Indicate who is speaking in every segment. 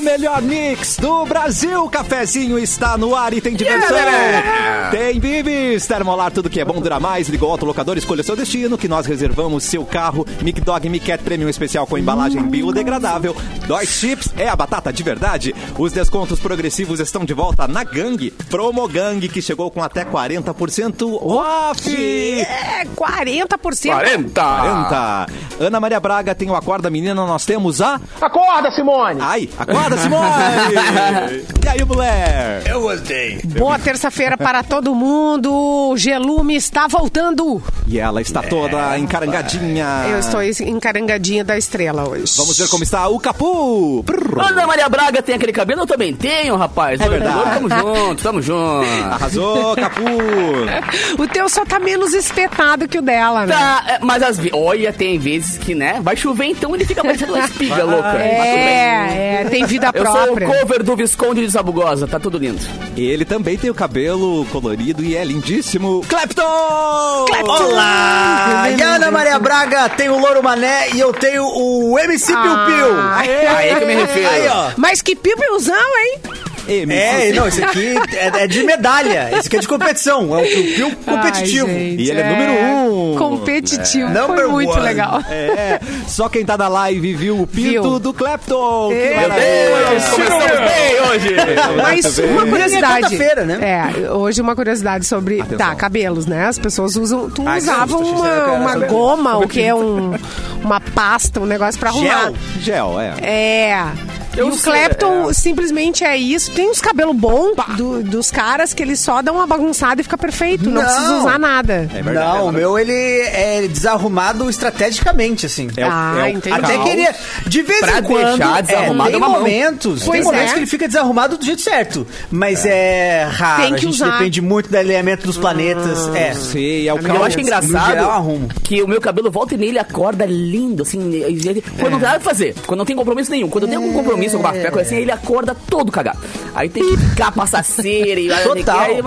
Speaker 1: melhor mix do Brasil. O cafezinho está no ar e tem diversão. Tem bibis, termolar, tudo que é bom dura mais. Ligou o autolocador, escolha seu destino, que nós reservamos seu carro. Mic Dog Mic Cat Premium especial com embalagem biodegradável. Dói Chips é a batata de verdade. Os descontos progressivos estão de volta na Gang. Promo Gang, que chegou com até 40% off.
Speaker 2: É, 40%.
Speaker 3: 40!
Speaker 1: 40. Ana Maria Braga tem o Acorda Menina, nós temos a...
Speaker 4: Acorda, Simone!
Speaker 1: Ai, acorda, Simone! e aí, mulher?
Speaker 3: Eu gostei.
Speaker 2: Boa terça-feira para todo mundo. O Gelume está voltando.
Speaker 1: E ela está toda encarangadinha.
Speaker 5: Ah.
Speaker 2: Eu estou encarangadinha da estrela hoje.
Speaker 1: Vamos ver como está o Capu. Brrr.
Speaker 6: Ana Maria Braga tem aquele cabelo, eu também tenho, rapaz.
Speaker 1: É verdade.
Speaker 6: Louro, Tamo junto, tamo junto.
Speaker 1: Arrasou, Capu.
Speaker 2: O teu só tá menos espetado que o dela, né?
Speaker 6: Tá, é, mas às vezes. Olha, tem vezes que, né? Vai chover, então ele fica parecendo uma espiga louca. Mas tudo bem.
Speaker 2: É, é, tem vida
Speaker 6: Eu sou o
Speaker 2: própria.
Speaker 6: cover do Visconde de Sabugosa, tá tudo lindo.
Speaker 1: Ele também tem o cabelo colorido e é lindíssimo. Clapton!
Speaker 5: Olá! E a Ana Maria Braga tem o Louro Mané e eu tenho o MC Piu Piu. É.
Speaker 2: Ah,
Speaker 6: Aí que eu me refiro.
Speaker 5: Aí, ó.
Speaker 2: Mas que pipiuzão, hein?
Speaker 1: MC.
Speaker 5: É, não, esse aqui é, é de medalha. Esse aqui é de competição. É o Piu Piu competitivo.
Speaker 2: Ai, gente,
Speaker 1: E ele é número um.
Speaker 2: Competitivo.
Speaker 5: É.
Speaker 2: Foi
Speaker 5: Number
Speaker 2: muito
Speaker 5: one.
Speaker 2: legal.
Speaker 1: É, só quem tá na live viu o pinto
Speaker 2: Viu.
Speaker 1: do Clapton. Que
Speaker 2: Meu
Speaker 1: maravilha.
Speaker 6: Começamos bem hoje.
Speaker 2: Mas uma
Speaker 5: É
Speaker 2: curiosidade.
Speaker 5: quarta-feira, né? Ah,
Speaker 2: É, hoje uma curiosidade sobre.
Speaker 1: Atenção.
Speaker 2: Tá, cabelos, né? As pessoas usam. Tu
Speaker 5: Ai, que
Speaker 2: usava
Speaker 5: susto, achei que
Speaker 2: uma,
Speaker 5: era
Speaker 2: uma
Speaker 5: cabelo.
Speaker 2: goma, o que é um, uma pasta, um negócio pra arrumar.
Speaker 5: Gel.
Speaker 1: Gel, é.
Speaker 2: É.
Speaker 6: Eu
Speaker 2: e o
Speaker 6: sei,
Speaker 2: Clapton simplesmente é isso. Tem uns cabelos bons do- dos caras que eles só dão uma bagunçada e fica perfeito. Não,
Speaker 5: Não.
Speaker 2: precisa usar nada.
Speaker 1: É verdade.
Speaker 5: Não, o meu ele é desarrumado estrategicamente, assim.
Speaker 1: É o,
Speaker 2: Ah,
Speaker 1: é o
Speaker 2: entendi.
Speaker 5: Até
Speaker 1: canal.
Speaker 5: queria. De vez
Speaker 6: Pra
Speaker 5: em quando.
Speaker 6: deixar desarrumado
Speaker 5: tem
Speaker 6: é uma mão.
Speaker 5: momentos.
Speaker 2: Pois
Speaker 5: tem momentos
Speaker 2: é.
Speaker 5: que ele fica desarrumado do jeito certo. Mas é, raro.
Speaker 2: Tem que
Speaker 5: a gente
Speaker 2: usar. Ah,
Speaker 5: depende muito do alinhamento dos planetas. é.
Speaker 1: Sei, é o
Speaker 6: Eu
Speaker 1: canal.
Speaker 6: acho
Speaker 5: No
Speaker 6: engraçado
Speaker 5: geral, arrumo.
Speaker 6: que o meu cabelo volta e nele acorda lindo, assim. e- e-
Speaker 5: É.
Speaker 6: Quando não tem nada pra fazer, quando não tem compromisso nenhum. Quando tem algum compromisso, alguma coisa assim, ele acorda todo cagado. Aí tem que ficar, passar cera e...
Speaker 5: Total.
Speaker 6: Aí,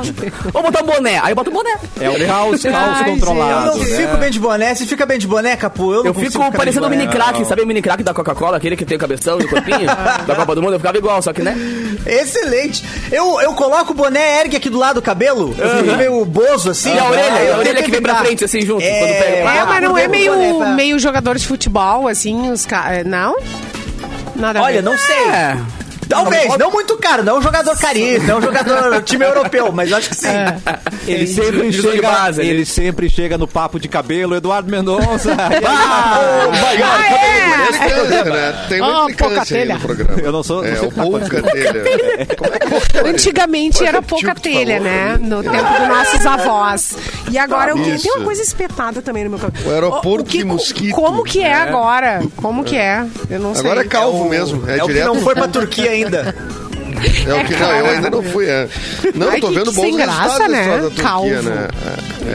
Speaker 6: ou botar um boné. Aí eu boto um boné.
Speaker 1: É o caos, caos
Speaker 2: Ai, gente,
Speaker 1: controlado.
Speaker 5: Eu não
Speaker 1: né?
Speaker 5: fico bem de boné. Se fica bem de boné, Capu, eu não
Speaker 6: Eu
Speaker 5: consigo
Speaker 6: fico
Speaker 5: ficar
Speaker 6: parecendo o
Speaker 5: bem de
Speaker 6: mini
Speaker 5: boné.
Speaker 6: crack, sabe o mini crack da Coca-Cola, aquele que tem o cabeção e o corpinho da Copa do Mundo? Eu ficava igual, só que né?
Speaker 5: Excelente. Eu, eu coloco o boné ergue aqui do lado do cabelo. Eu fico meio bozo assim.
Speaker 6: E a orelha, e a
Speaker 5: Eu
Speaker 6: orelha
Speaker 5: tento
Speaker 6: que vem pra
Speaker 5: evitar.
Speaker 6: frente, assim, junto,
Speaker 5: É.
Speaker 6: quando pega.
Speaker 2: É,
Speaker 5: Ah,
Speaker 2: mas não
Speaker 5: não
Speaker 2: é
Speaker 5: tem boné
Speaker 2: meio,
Speaker 5: pra-
Speaker 2: meio jogador de futebol, assim, os caras. Não? Nada a
Speaker 5: Olha,
Speaker 2: ver.
Speaker 5: não sei.
Speaker 6: É. Tá
Speaker 5: Talvez, não muito caro, não é um jogador caríssimo, não é um jogador time europeu, mas eu acho que sim.
Speaker 1: Ele sempre,
Speaker 6: Divisão É. de
Speaker 1: chega,
Speaker 6: base,
Speaker 1: ele
Speaker 6: ele-
Speaker 1: sempre chega no papo de cabelo, Eduardo Mendonça. E aí,
Speaker 6: Ah,
Speaker 2: Ah, é!
Speaker 7: Né? Tem uma
Speaker 2: Ah,
Speaker 7: implicância aí
Speaker 2: pouca telha.
Speaker 7: no programa.
Speaker 1: Eu não sou- não
Speaker 7: É,
Speaker 1: sei o
Speaker 7: o
Speaker 1: que tá
Speaker 7: pouca telha. Como é que pouca telha?
Speaker 2: Antigamente
Speaker 7: Qual é
Speaker 2: era
Speaker 7: o
Speaker 2: pouca
Speaker 7: tipo que tu
Speaker 2: telha,
Speaker 7: falou?
Speaker 2: né? No tempo dos nossos avós. E agora eu tenho
Speaker 7: Isso.
Speaker 2: tem uma coisa espetada também no meu cabelo.
Speaker 7: O aeroporto
Speaker 2: que-
Speaker 7: de mosquito.
Speaker 2: Como que é, agora? Como que é? Eu não sei.
Speaker 7: Agora é calvo mesmo. É,
Speaker 5: É o que
Speaker 7: direto.
Speaker 5: não foi pra Turquia ainda.
Speaker 7: É o que não, eu ainda não fui. É. Não,
Speaker 2: Ai,
Speaker 7: tô
Speaker 2: que-
Speaker 7: vendo
Speaker 2: que
Speaker 7: bons
Speaker 2: sem graça,
Speaker 7: resultados
Speaker 2: né?
Speaker 7: da Turquia,
Speaker 2: Calvo.
Speaker 7: né?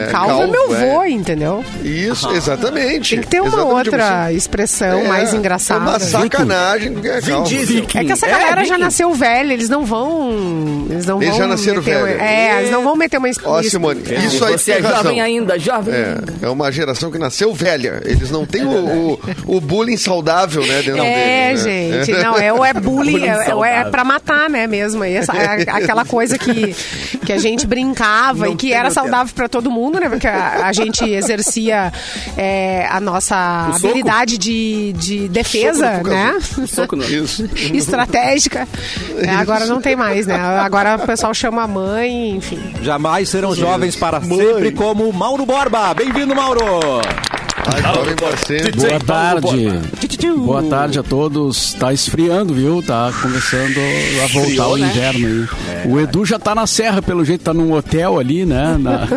Speaker 7: É,
Speaker 2: Calvo, é meu vô,
Speaker 7: é.
Speaker 2: entendeu?
Speaker 7: Isso, exatamente.
Speaker 2: Tem que ter uma
Speaker 7: Exatamente,
Speaker 2: outra
Speaker 7: você-
Speaker 2: expressão
Speaker 7: É,
Speaker 2: mais engraçada.
Speaker 7: É uma sacanagem. É,
Speaker 5: Vin
Speaker 7: calvo.
Speaker 5: Diesel.
Speaker 2: É que essa galera já nasceu velha, eles não vão. Eles não
Speaker 7: Eles
Speaker 2: vão.
Speaker 7: já nasceram
Speaker 2: meter uma-
Speaker 7: velha.
Speaker 2: É, eles não vão meter uma
Speaker 7: Ó,
Speaker 2: isso-
Speaker 7: Simone, isso aí
Speaker 6: Você
Speaker 7: tem
Speaker 6: é
Speaker 7: razão.
Speaker 6: jovem ainda, jovem.
Speaker 7: É, é uma geração que nasceu velha. Eles não têm o, o, o bullying saudável, né, dentro
Speaker 2: É,
Speaker 7: deles, né?
Speaker 2: gente, não, é, ou é bullying,
Speaker 6: Bullying
Speaker 2: é, ou é
Speaker 6: saudável.
Speaker 2: pra matar, né, mesmo, e essa, é aquela coisa que, que a gente brincava e que era saudável pra todo mundo, né, porque a, a gente exercia é, a nossa
Speaker 6: O soco?
Speaker 2: habilidade de, de defesa,
Speaker 7: Soco no
Speaker 2: né,
Speaker 6: Soco no-
Speaker 7: Isso.
Speaker 2: estratégica, né, agora não tem mais, né, agora o pessoal chama a mãe, enfim.
Speaker 1: Jamais serão jovens para sempre como Mauro Borba. Bem-vindo, Mauro.
Speaker 7: Ai, jovem pra sempre.
Speaker 8: Boa tarde. Boa tarde a todos. Tá esfriando, viu? Tá começando a voltar o inverno aí. o Edu já tá na serra, pelo jeito, tá num hotel ali, né? Na-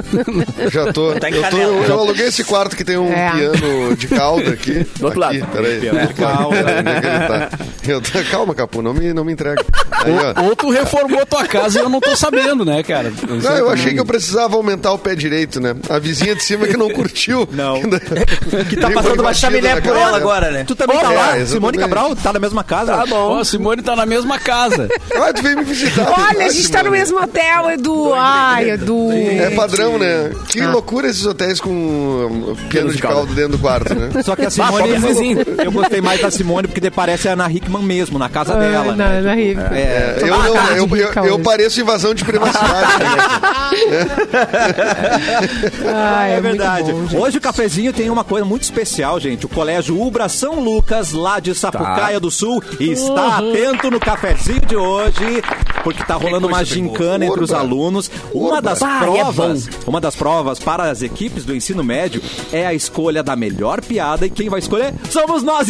Speaker 7: Já tô. eu, tô eu, eu aluguei esse quarto que tem um
Speaker 2: É.
Speaker 7: piano de cauda aqui.
Speaker 6: Do outro
Speaker 7: Aqui,
Speaker 6: lado.
Speaker 7: Peraí. Do
Speaker 1: Piano de
Speaker 7: outro lado,
Speaker 1: cauda.
Speaker 7: peraí, onde é que ele tá? Eu tô- calma, Capu, não me, não me entrega. Aí, ó.
Speaker 8: Ou tu reformou tua casa e eu não tô sabendo, né, cara?
Speaker 7: Não, eu achei que eu precisava aumentar o pé direito, né? A vizinha de cima que não curtiu.
Speaker 1: Não.
Speaker 5: Que tá passando uma chaminé por ela agora, né?
Speaker 1: Tu também tá
Speaker 7: É,
Speaker 1: lá?
Speaker 7: exatamente.
Speaker 1: Simone Cabral tá na mesma casa?
Speaker 6: Tá bom.
Speaker 8: Ó, a Simone tá na mesma casa.
Speaker 7: Ah, tu veio me visitar.
Speaker 2: Olha, a gente tá no
Speaker 7: Simone.
Speaker 2: mesmo hotel, Edu. Ai, Edu.
Speaker 7: É padrão, né? Que loucura esses hotéis com um, piano de caldo dentro do quarto, né?
Speaker 1: Só
Speaker 5: tá
Speaker 1: que a
Speaker 6: Ah,
Speaker 1: Simone.
Speaker 6: qualquer coisinha.
Speaker 1: eu gostei mais da Simone porque parece a Ana Hickman mesmo, na casa dela.
Speaker 2: Ai,
Speaker 1: né?
Speaker 2: não, não ri.
Speaker 7: É, eu,
Speaker 2: uma
Speaker 7: não-
Speaker 2: cara de
Speaker 7: eu- eu-
Speaker 2: rica
Speaker 7: eu
Speaker 2: hoje.
Speaker 7: pareço invasão de privacidade. né?
Speaker 2: Ai,
Speaker 1: é
Speaker 2: Ah, muito
Speaker 1: verdade.
Speaker 2: bom, gente.
Speaker 1: Hoje o cafezinho tem uma coisa muito especial, gente. O Colégio Ubra São Lucas, lá de Sapucaia do Sul, está atento no cafezinho de hoje, porque está rolando uma gincana entre os
Speaker 7: Urba.
Speaker 1: alunos. Uma das
Speaker 6: Ah, é
Speaker 1: provas, uma das provas para as equipes do ensino médio é a escolha da melhor piada e quem vai escolher somos nós!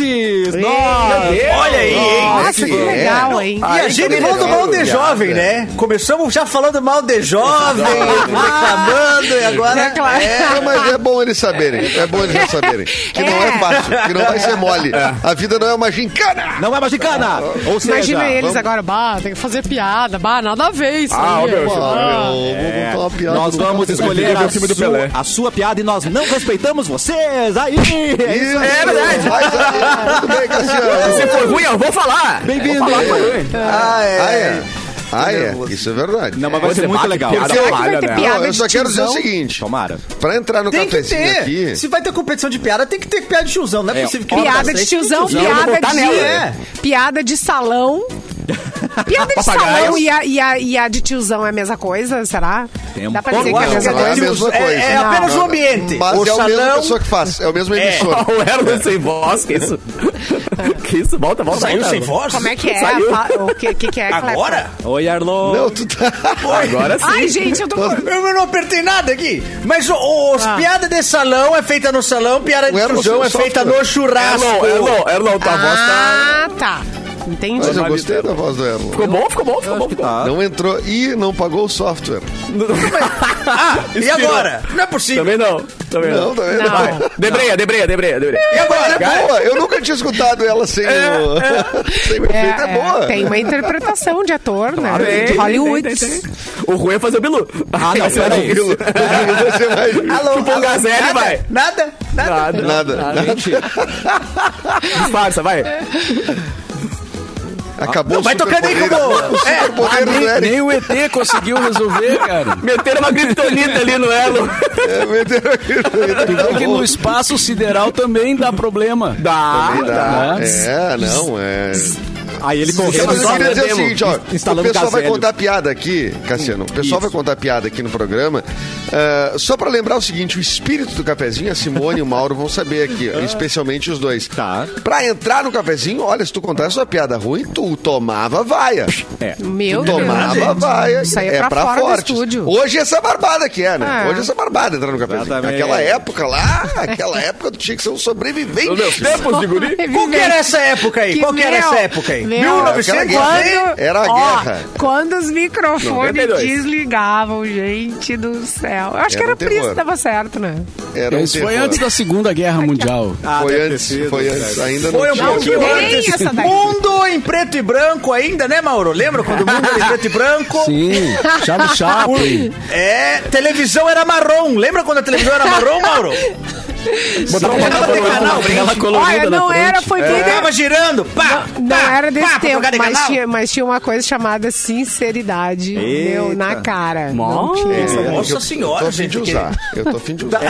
Speaker 1: Nós!
Speaker 5: Olha aí, hein?
Speaker 2: Nossa, Ah, que
Speaker 7: É.
Speaker 2: legal, hein?
Speaker 5: E a
Speaker 6: Aí
Speaker 5: gente
Speaker 6: também
Speaker 5: falando
Speaker 6: legal,
Speaker 5: mal de
Speaker 6: viado.
Speaker 5: jovem, né? Começamos já falando mal de jovem, reclamando, e
Speaker 6: Né?
Speaker 5: agora...
Speaker 2: Reclamando.
Speaker 7: É, mas é bom eles saberem. É bom eles já saberem. Que não
Speaker 2: É.
Speaker 7: é fácil, que não vai ser mole. A vida não é uma gincana.
Speaker 1: Não é uma gincana! Ou seja,
Speaker 2: Imagina eles
Speaker 7: vamos-
Speaker 2: agora, bah, tem que fazer piada, bah, nada a ver isso
Speaker 6: Ah,
Speaker 2: aí.
Speaker 6: meu,
Speaker 7: Ah, eu vou contar uma piada
Speaker 1: Nós
Speaker 7: do
Speaker 1: vamos
Speaker 7: cara.
Speaker 1: escolher a
Speaker 6: o filme do
Speaker 1: sua,
Speaker 6: Pelé.
Speaker 1: a sua piada e nós não respeitamos vocês! Aí! É isso aí.
Speaker 7: É verdade. Mas, aí, tudo bem, Cassiano.
Speaker 6: Se for ruim, eu vou falar.
Speaker 1: Bem-vindo.
Speaker 6: Vou falar, foi ruim.
Speaker 5: Ah, é.
Speaker 7: Ah, é. Ah, é. Isso é verdade.
Speaker 1: Não, mas vai
Speaker 6: Você
Speaker 1: ser muito
Speaker 6: bate
Speaker 1: legal.
Speaker 6: piada,
Speaker 7: Porque-
Speaker 6: falha,
Speaker 2: Será que vai ter
Speaker 6: né?
Speaker 2: piada?
Speaker 7: Não, eu só
Speaker 2: de
Speaker 7: quero dizer o
Speaker 2: tiozão?
Speaker 7: seguinte.
Speaker 1: Tomara.
Speaker 7: Pra entrar no
Speaker 5: Tem que
Speaker 7: cafezinho
Speaker 5: ter.
Speaker 7: aqui...
Speaker 5: Se vai ter competição de piada, tem que ter piada de tiozão. Não é, possível que
Speaker 2: Piada de tiozão,
Speaker 6: tiozão, eu vou
Speaker 2: piada
Speaker 6: botar
Speaker 2: de,
Speaker 6: nela,
Speaker 5: né?
Speaker 2: piada de salão. Piada de
Speaker 6: Papagaio.
Speaker 2: salão e a, e, a, e a de tiozão é a mesma coisa, será?
Speaker 1: Tem um
Speaker 2: Dá pra
Speaker 1: pouco,
Speaker 2: dizer que é a
Speaker 1: eu
Speaker 2: mesma
Speaker 7: não é a
Speaker 2: coisa?
Speaker 7: mesma coisa.
Speaker 5: É, é apenas
Speaker 7: Não.
Speaker 5: o ambiente.
Speaker 7: Mas
Speaker 5: o
Speaker 7: é a mesma
Speaker 5: salão-
Speaker 7: pessoa que faz, é a mesma emissora.
Speaker 6: O Erlon sem voz, que isso? Que isso? Volta, volta.
Speaker 5: Saiu
Speaker 6: volta,
Speaker 5: sem
Speaker 6: Erlon.
Speaker 5: voz?
Speaker 2: Como é que é?
Speaker 6: Saiu.
Speaker 2: Fa- O que, que, que é? Clepton?
Speaker 5: Agora?
Speaker 1: Oi, Arlon.
Speaker 7: Não, tu tá...
Speaker 6: Agora sim.
Speaker 2: Ai, gente, eu tô... com-
Speaker 5: Eu não apertei nada aqui. Mas o, o-
Speaker 2: Ah.
Speaker 5: as piadas de salão é feita no salão, piada de
Speaker 7: O Erlon
Speaker 5: tiozão é
Speaker 7: Software.
Speaker 5: feita no churrasco.
Speaker 6: Erlon, Erlon, Erlon, tua voz tá...
Speaker 2: Ah, tá. Entendi.
Speaker 7: Mas eu gostei da voz do Erlon.
Speaker 6: Ficou bom, ficou bom, ficou bom.
Speaker 1: que
Speaker 6: ficou bom.
Speaker 1: tá.
Speaker 7: Não entrou e não pagou o software.
Speaker 5: E agora? Não é possível.
Speaker 6: Também não, também não.
Speaker 7: Não, tá vendo?
Speaker 2: Não.
Speaker 6: Vai. Debreia, debreia, debreia, debreia.
Speaker 5: E agora?
Speaker 7: Mas é boa, eu nunca tinha escutado ela sem,
Speaker 5: É,
Speaker 7: o... sem o efeito,
Speaker 2: É,
Speaker 7: é,
Speaker 2: é,
Speaker 7: boa.
Speaker 2: tem uma interpretação de ator, né?
Speaker 6: Tá Tem,
Speaker 2: de
Speaker 6: tem,
Speaker 2: Hollywood.
Speaker 6: tem, tem, tem. O ruim é fazer o Bilu. Ah, não, peraí.
Speaker 7: Aquilo- aquilo vai ser mais difícil.
Speaker 5: Alô,
Speaker 6: Tipo um
Speaker 5: alô,
Speaker 6: gazelle,
Speaker 5: nada,
Speaker 6: vai.
Speaker 5: Nada, nada.
Speaker 6: Nada.
Speaker 7: Nada.
Speaker 1: Gente,
Speaker 6: Disfarça, é vai.
Speaker 7: Acabou
Speaker 5: Não,
Speaker 7: o
Speaker 5: vai tocando aí, É,
Speaker 7: superpoder.
Speaker 5: Cubo.
Speaker 7: O superpoder do
Speaker 8: Nem,
Speaker 7: Eric.
Speaker 8: nem o ET conseguiu resolver, cara.
Speaker 6: Meteram uma gritonita ali no Erlon.
Speaker 7: É, meteram aquilo.
Speaker 8: Porque no espaço sideral também dá problema.
Speaker 6: Dá.
Speaker 7: Tá.
Speaker 8: Dá.
Speaker 7: É, não, é.
Speaker 1: aí ele correu.
Speaker 7: Eu
Speaker 6: Mas
Speaker 7: queria dizer o
Speaker 6: demo.
Speaker 7: seguinte, ó. O
Speaker 1: Instalando
Speaker 7: pessoal vai
Speaker 1: gazelho.
Speaker 7: contar piada aqui, Cassiano. O pessoal vai contar piada aqui no programa. Ah, só pra lembrar o seguinte: o espírito do cafezinho, a Simone e o Mauro vão saber aqui, especialmente os dois.
Speaker 1: Tá.
Speaker 7: Pra entrar no cafezinho, olha, se tu contasse uma piada ruim, tu tomava vaia.
Speaker 2: Meu Deus.
Speaker 7: Tomava vaia.
Speaker 2: Isso aí é,
Speaker 7: é
Speaker 2: pra, fora
Speaker 7: fortes.
Speaker 2: do estúdio.
Speaker 7: Hoje essa barbada que é, né?
Speaker 2: Ah.
Speaker 7: Hoje essa barbada entrar no cafezinho.
Speaker 1: Exatamente.
Speaker 7: Naquela época lá, aquela época tu tinha que ser um sobrevivente.
Speaker 6: Tempos de guri.
Speaker 5: Qual que era essa época aí?
Speaker 2: Que
Speaker 5: Qual que
Speaker 2: meu,
Speaker 5: era essa época aí?
Speaker 2: meu,
Speaker 7: Quando- Era a
Speaker 2: ó,
Speaker 7: guerra.
Speaker 2: quando os microfones
Speaker 6: 92.
Speaker 2: desligavam, gente do céu. Eu acho que era
Speaker 7: Era um
Speaker 2: por isso que
Speaker 7: terror.
Speaker 2: dava certo, né?
Speaker 7: Era um
Speaker 8: Isso foi
Speaker 7: terror.
Speaker 8: antes da Segunda Guerra Mundial.
Speaker 1: Ah,
Speaker 7: foi
Speaker 1: deve ter
Speaker 7: antes,
Speaker 1: sido,
Speaker 7: foi
Speaker 1: cara.
Speaker 7: antes. Ainda
Speaker 5: Foi
Speaker 7: não
Speaker 5: um
Speaker 7: tinha.
Speaker 5: pouquinho
Speaker 2: Não, tem
Speaker 5: antes.
Speaker 2: essa daí.
Speaker 5: Mundo em preto e branco ainda, né, Mauro? Lembra quando o mundo era em preto e branco?
Speaker 8: Sim, Charles Chaplin.
Speaker 5: É, televisão era marrom. Lembra quando a televisão era marrom, Mauro?
Speaker 6: Botaram uma
Speaker 5: Ela tem canal,
Speaker 6: colorida, ela colorida
Speaker 2: Olha, não
Speaker 6: na frente.
Speaker 2: era, foi bem
Speaker 5: Tava girando. Pá,
Speaker 2: É. Não
Speaker 5: pá,
Speaker 2: era desse
Speaker 5: pá, pra
Speaker 2: tempo,
Speaker 5: trocar de
Speaker 2: mas
Speaker 5: tá, canal.
Speaker 2: tinha, mas tinha uma coisa chamada sinceridade,
Speaker 1: Eita.
Speaker 2: meu, na cara. Não,
Speaker 6: Nossa.
Speaker 2: tinha essa-
Speaker 5: Nossa
Speaker 7: Eu tô
Speaker 5: senhora,
Speaker 7: a fim
Speaker 5: gente.
Speaker 7: de
Speaker 5: que-
Speaker 7: usar. Eu tô a fim de usar.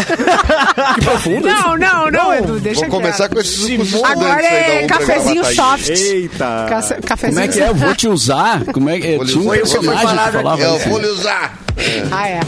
Speaker 2: não, não, não, Edu, deixa
Speaker 7: Vou começar com esses estudantes
Speaker 2: Agora
Speaker 7: aí, dá
Speaker 2: é
Speaker 7: um pra
Speaker 2: cafezinho
Speaker 7: gravar, tá aí.
Speaker 2: soft.
Speaker 1: Eita.
Speaker 2: Cafe- Cafezinho
Speaker 8: Como é que é? Eu vou te usar? Como é que é?
Speaker 7: Vou lhe
Speaker 8: Tinha um
Speaker 7: usar.
Speaker 8: personagem que falava
Speaker 7: Eu
Speaker 8: isso.
Speaker 7: vou lhe usar.
Speaker 2: Ah, é.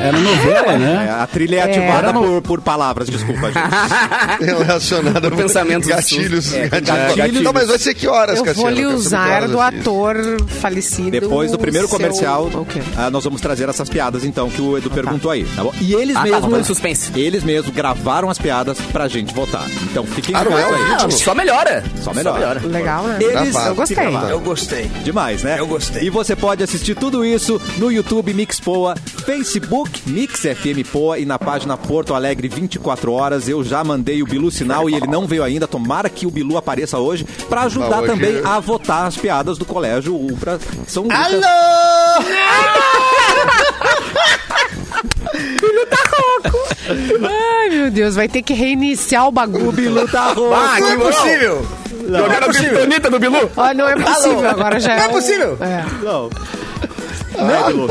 Speaker 8: Era novela,
Speaker 1: É,
Speaker 8: né?
Speaker 1: a trilha é ativada por, por palavras, desculpa,
Speaker 6: Ah,
Speaker 1: gente.
Speaker 7: Relacionado a
Speaker 6: pensamentos
Speaker 7: gatilhos.
Speaker 1: gatilhos.
Speaker 7: gatilhos. Não, mas vai ser assim. que horas,
Speaker 2: Eu vou
Speaker 7: Cassiano?
Speaker 2: lhe
Speaker 7: Quero saber
Speaker 2: usar
Speaker 7: que horas
Speaker 2: do
Speaker 7: vai ser isso.
Speaker 2: ator falecido.
Speaker 1: Depois do primeiro
Speaker 2: seu-
Speaker 1: comercial,
Speaker 2: Ok.
Speaker 1: ah, nós vamos trazer essas piadas, então, que o Edu perguntou aí, tá bom? E eles
Speaker 6: Ah, tá,
Speaker 1: mesmos...
Speaker 6: rolando suspense.
Speaker 1: Eles mesmos gravaram as piadas pra gente votar. Então, fiquem
Speaker 7: Ah, não é
Speaker 1: ligados aí.
Speaker 7: o
Speaker 6: Ah,
Speaker 7: último?
Speaker 6: Só melhora.
Speaker 1: Só melhora.
Speaker 2: Legal, né?
Speaker 1: Eles-
Speaker 2: Eu gostei.
Speaker 7: Gravado.
Speaker 5: Eu gostei.
Speaker 1: Demais, né?
Speaker 5: Eu gostei.
Speaker 1: E você pode assistir tudo isso no YouTube Mix Poa, Facebook Mix FM Poa e na página Porto Alegre 24 horas. Eu já mandei o Bilu sinal e ele não veio ainda. Tomara que o Bilu apareça hoje pra ajudar
Speaker 7: Ah, hoje-
Speaker 1: também a votar as piadas do colégio Ubra São Lucas.
Speaker 5: Alô!
Speaker 2: Ai, meu Deus, vai ter que reiniciar o
Speaker 1: O
Speaker 2: bagulho.
Speaker 1: Bilu tá rouco.
Speaker 5: Ah, não é possível! Não, é possível!
Speaker 6: Anitta do Bilu.
Speaker 2: Ah, não é possível, agora já
Speaker 5: Não é
Speaker 2: o-
Speaker 5: possível.
Speaker 2: É.
Speaker 1: Não. Ai, Bilu.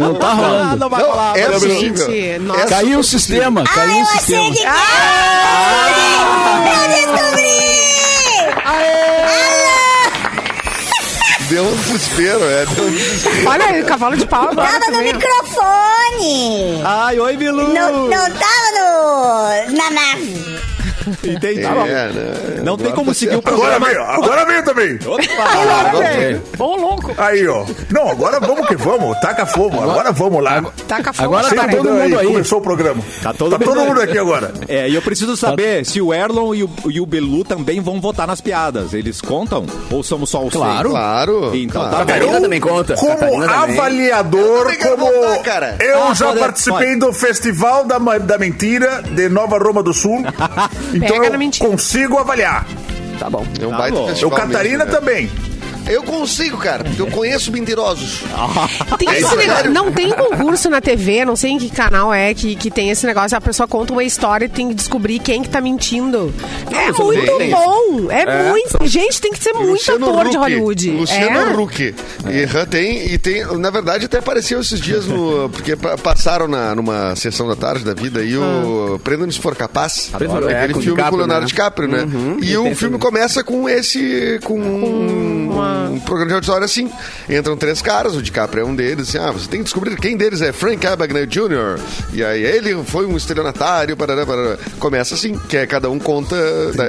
Speaker 8: Não tá
Speaker 1: Ah,
Speaker 8: rolando.
Speaker 1: não vai
Speaker 7: Não,
Speaker 1: rolar.
Speaker 7: é
Speaker 1: Bilu.
Speaker 7: possível.
Speaker 2: Gente, nossa.
Speaker 7: Essa
Speaker 8: Caiu
Speaker 7: foi
Speaker 8: o sistema,
Speaker 3: Ah,
Speaker 8: caiu o Tá um sistema.
Speaker 2: Ah!
Speaker 7: Deu um desespero, é. Deu um desespero.
Speaker 2: Olha aí, o cavalo de pau agora
Speaker 3: Tava no
Speaker 2: também.
Speaker 3: microfone!
Speaker 1: Ai, oi, Bilu.
Speaker 3: Não, não tava no. na nave.
Speaker 1: Entendi.
Speaker 7: É, né?
Speaker 1: Não tem como seguir o
Speaker 4: Agora
Speaker 1: programa.
Speaker 4: veio, agora veio também.
Speaker 1: Opa.
Speaker 2: Bom louco.
Speaker 4: Aí, ó. Não, agora vamos que vamos. Taca fogo. Agora vamos lá.
Speaker 2: Taca fogo.
Speaker 8: Agora tá
Speaker 4: Senta
Speaker 8: todo mundo aí.
Speaker 4: Começou o programa.
Speaker 1: Tá todo
Speaker 4: tá todo
Speaker 1: mundo
Speaker 4: mundo
Speaker 1: aí.
Speaker 4: aqui agora.
Speaker 1: É, e eu preciso saber se o Erlon e o, e o Bilu também vão votar nas piadas. Eles contam? Ou somos só os
Speaker 8: Claro.
Speaker 1: seis?
Speaker 7: Claro.
Speaker 1: Então tá
Speaker 7: claro.
Speaker 1: bom.
Speaker 6: Catarina também conta.
Speaker 4: Como
Speaker 6: Catarina também.
Speaker 4: avaliador,
Speaker 7: Eu também quero
Speaker 4: como
Speaker 7: voltar, cara.
Speaker 4: eu
Speaker 1: Ah,
Speaker 4: já
Speaker 1: pode-
Speaker 4: participei
Speaker 1: pode.
Speaker 4: do Festival da, Ma- da Mentira de Nova Roma do Sul, então
Speaker 2: Pega na
Speaker 4: eu
Speaker 2: mentira.
Speaker 4: consigo avaliar.
Speaker 6: Tá bom.
Speaker 7: É um
Speaker 1: Tá
Speaker 7: baita
Speaker 1: bom.
Speaker 4: Eu,
Speaker 7: festival
Speaker 4: Catarina,
Speaker 7: mesmo, né?
Speaker 4: também.
Speaker 7: Eu consigo, cara, porque eu conheço mentirosos.
Speaker 2: Tem
Speaker 7: É
Speaker 2: esse
Speaker 7: isso,
Speaker 2: negócio,
Speaker 7: sério?
Speaker 2: não tem concurso na TV, não sei em que canal é que, que tem esse negócio. A pessoa conta uma história e tem que descobrir quem que tá mentindo. É
Speaker 6: isso
Speaker 2: muito
Speaker 6: não tem.
Speaker 2: bom. É, muito. Gente, tem que ser muito ator de
Speaker 7: Huck.
Speaker 2: Hollywood.
Speaker 7: Luciano
Speaker 2: é.
Speaker 7: Huck. E Hã, tem, e tem, na verdade, até apareceu esses dias no. Porque pa- passaram na, numa sessão da tarde da vida aí o Prenda-nos se for capaz.
Speaker 6: Ah. Adoro. É,
Speaker 7: aquele
Speaker 6: com o
Speaker 7: filme com
Speaker 6: DiCaprio,
Speaker 7: o Leonardo
Speaker 6: né?
Speaker 7: DiCaprio, né? e o filme começa com esse. com um, um programa de auditório assim. Entram três caras, o DiCaprio é um deles, assim, ah, você tem que descobrir quem deles é Frank Abagnale Jr. E aí ele foi um estelionatário, parará, parará. Começa assim, que é cada um conta. né?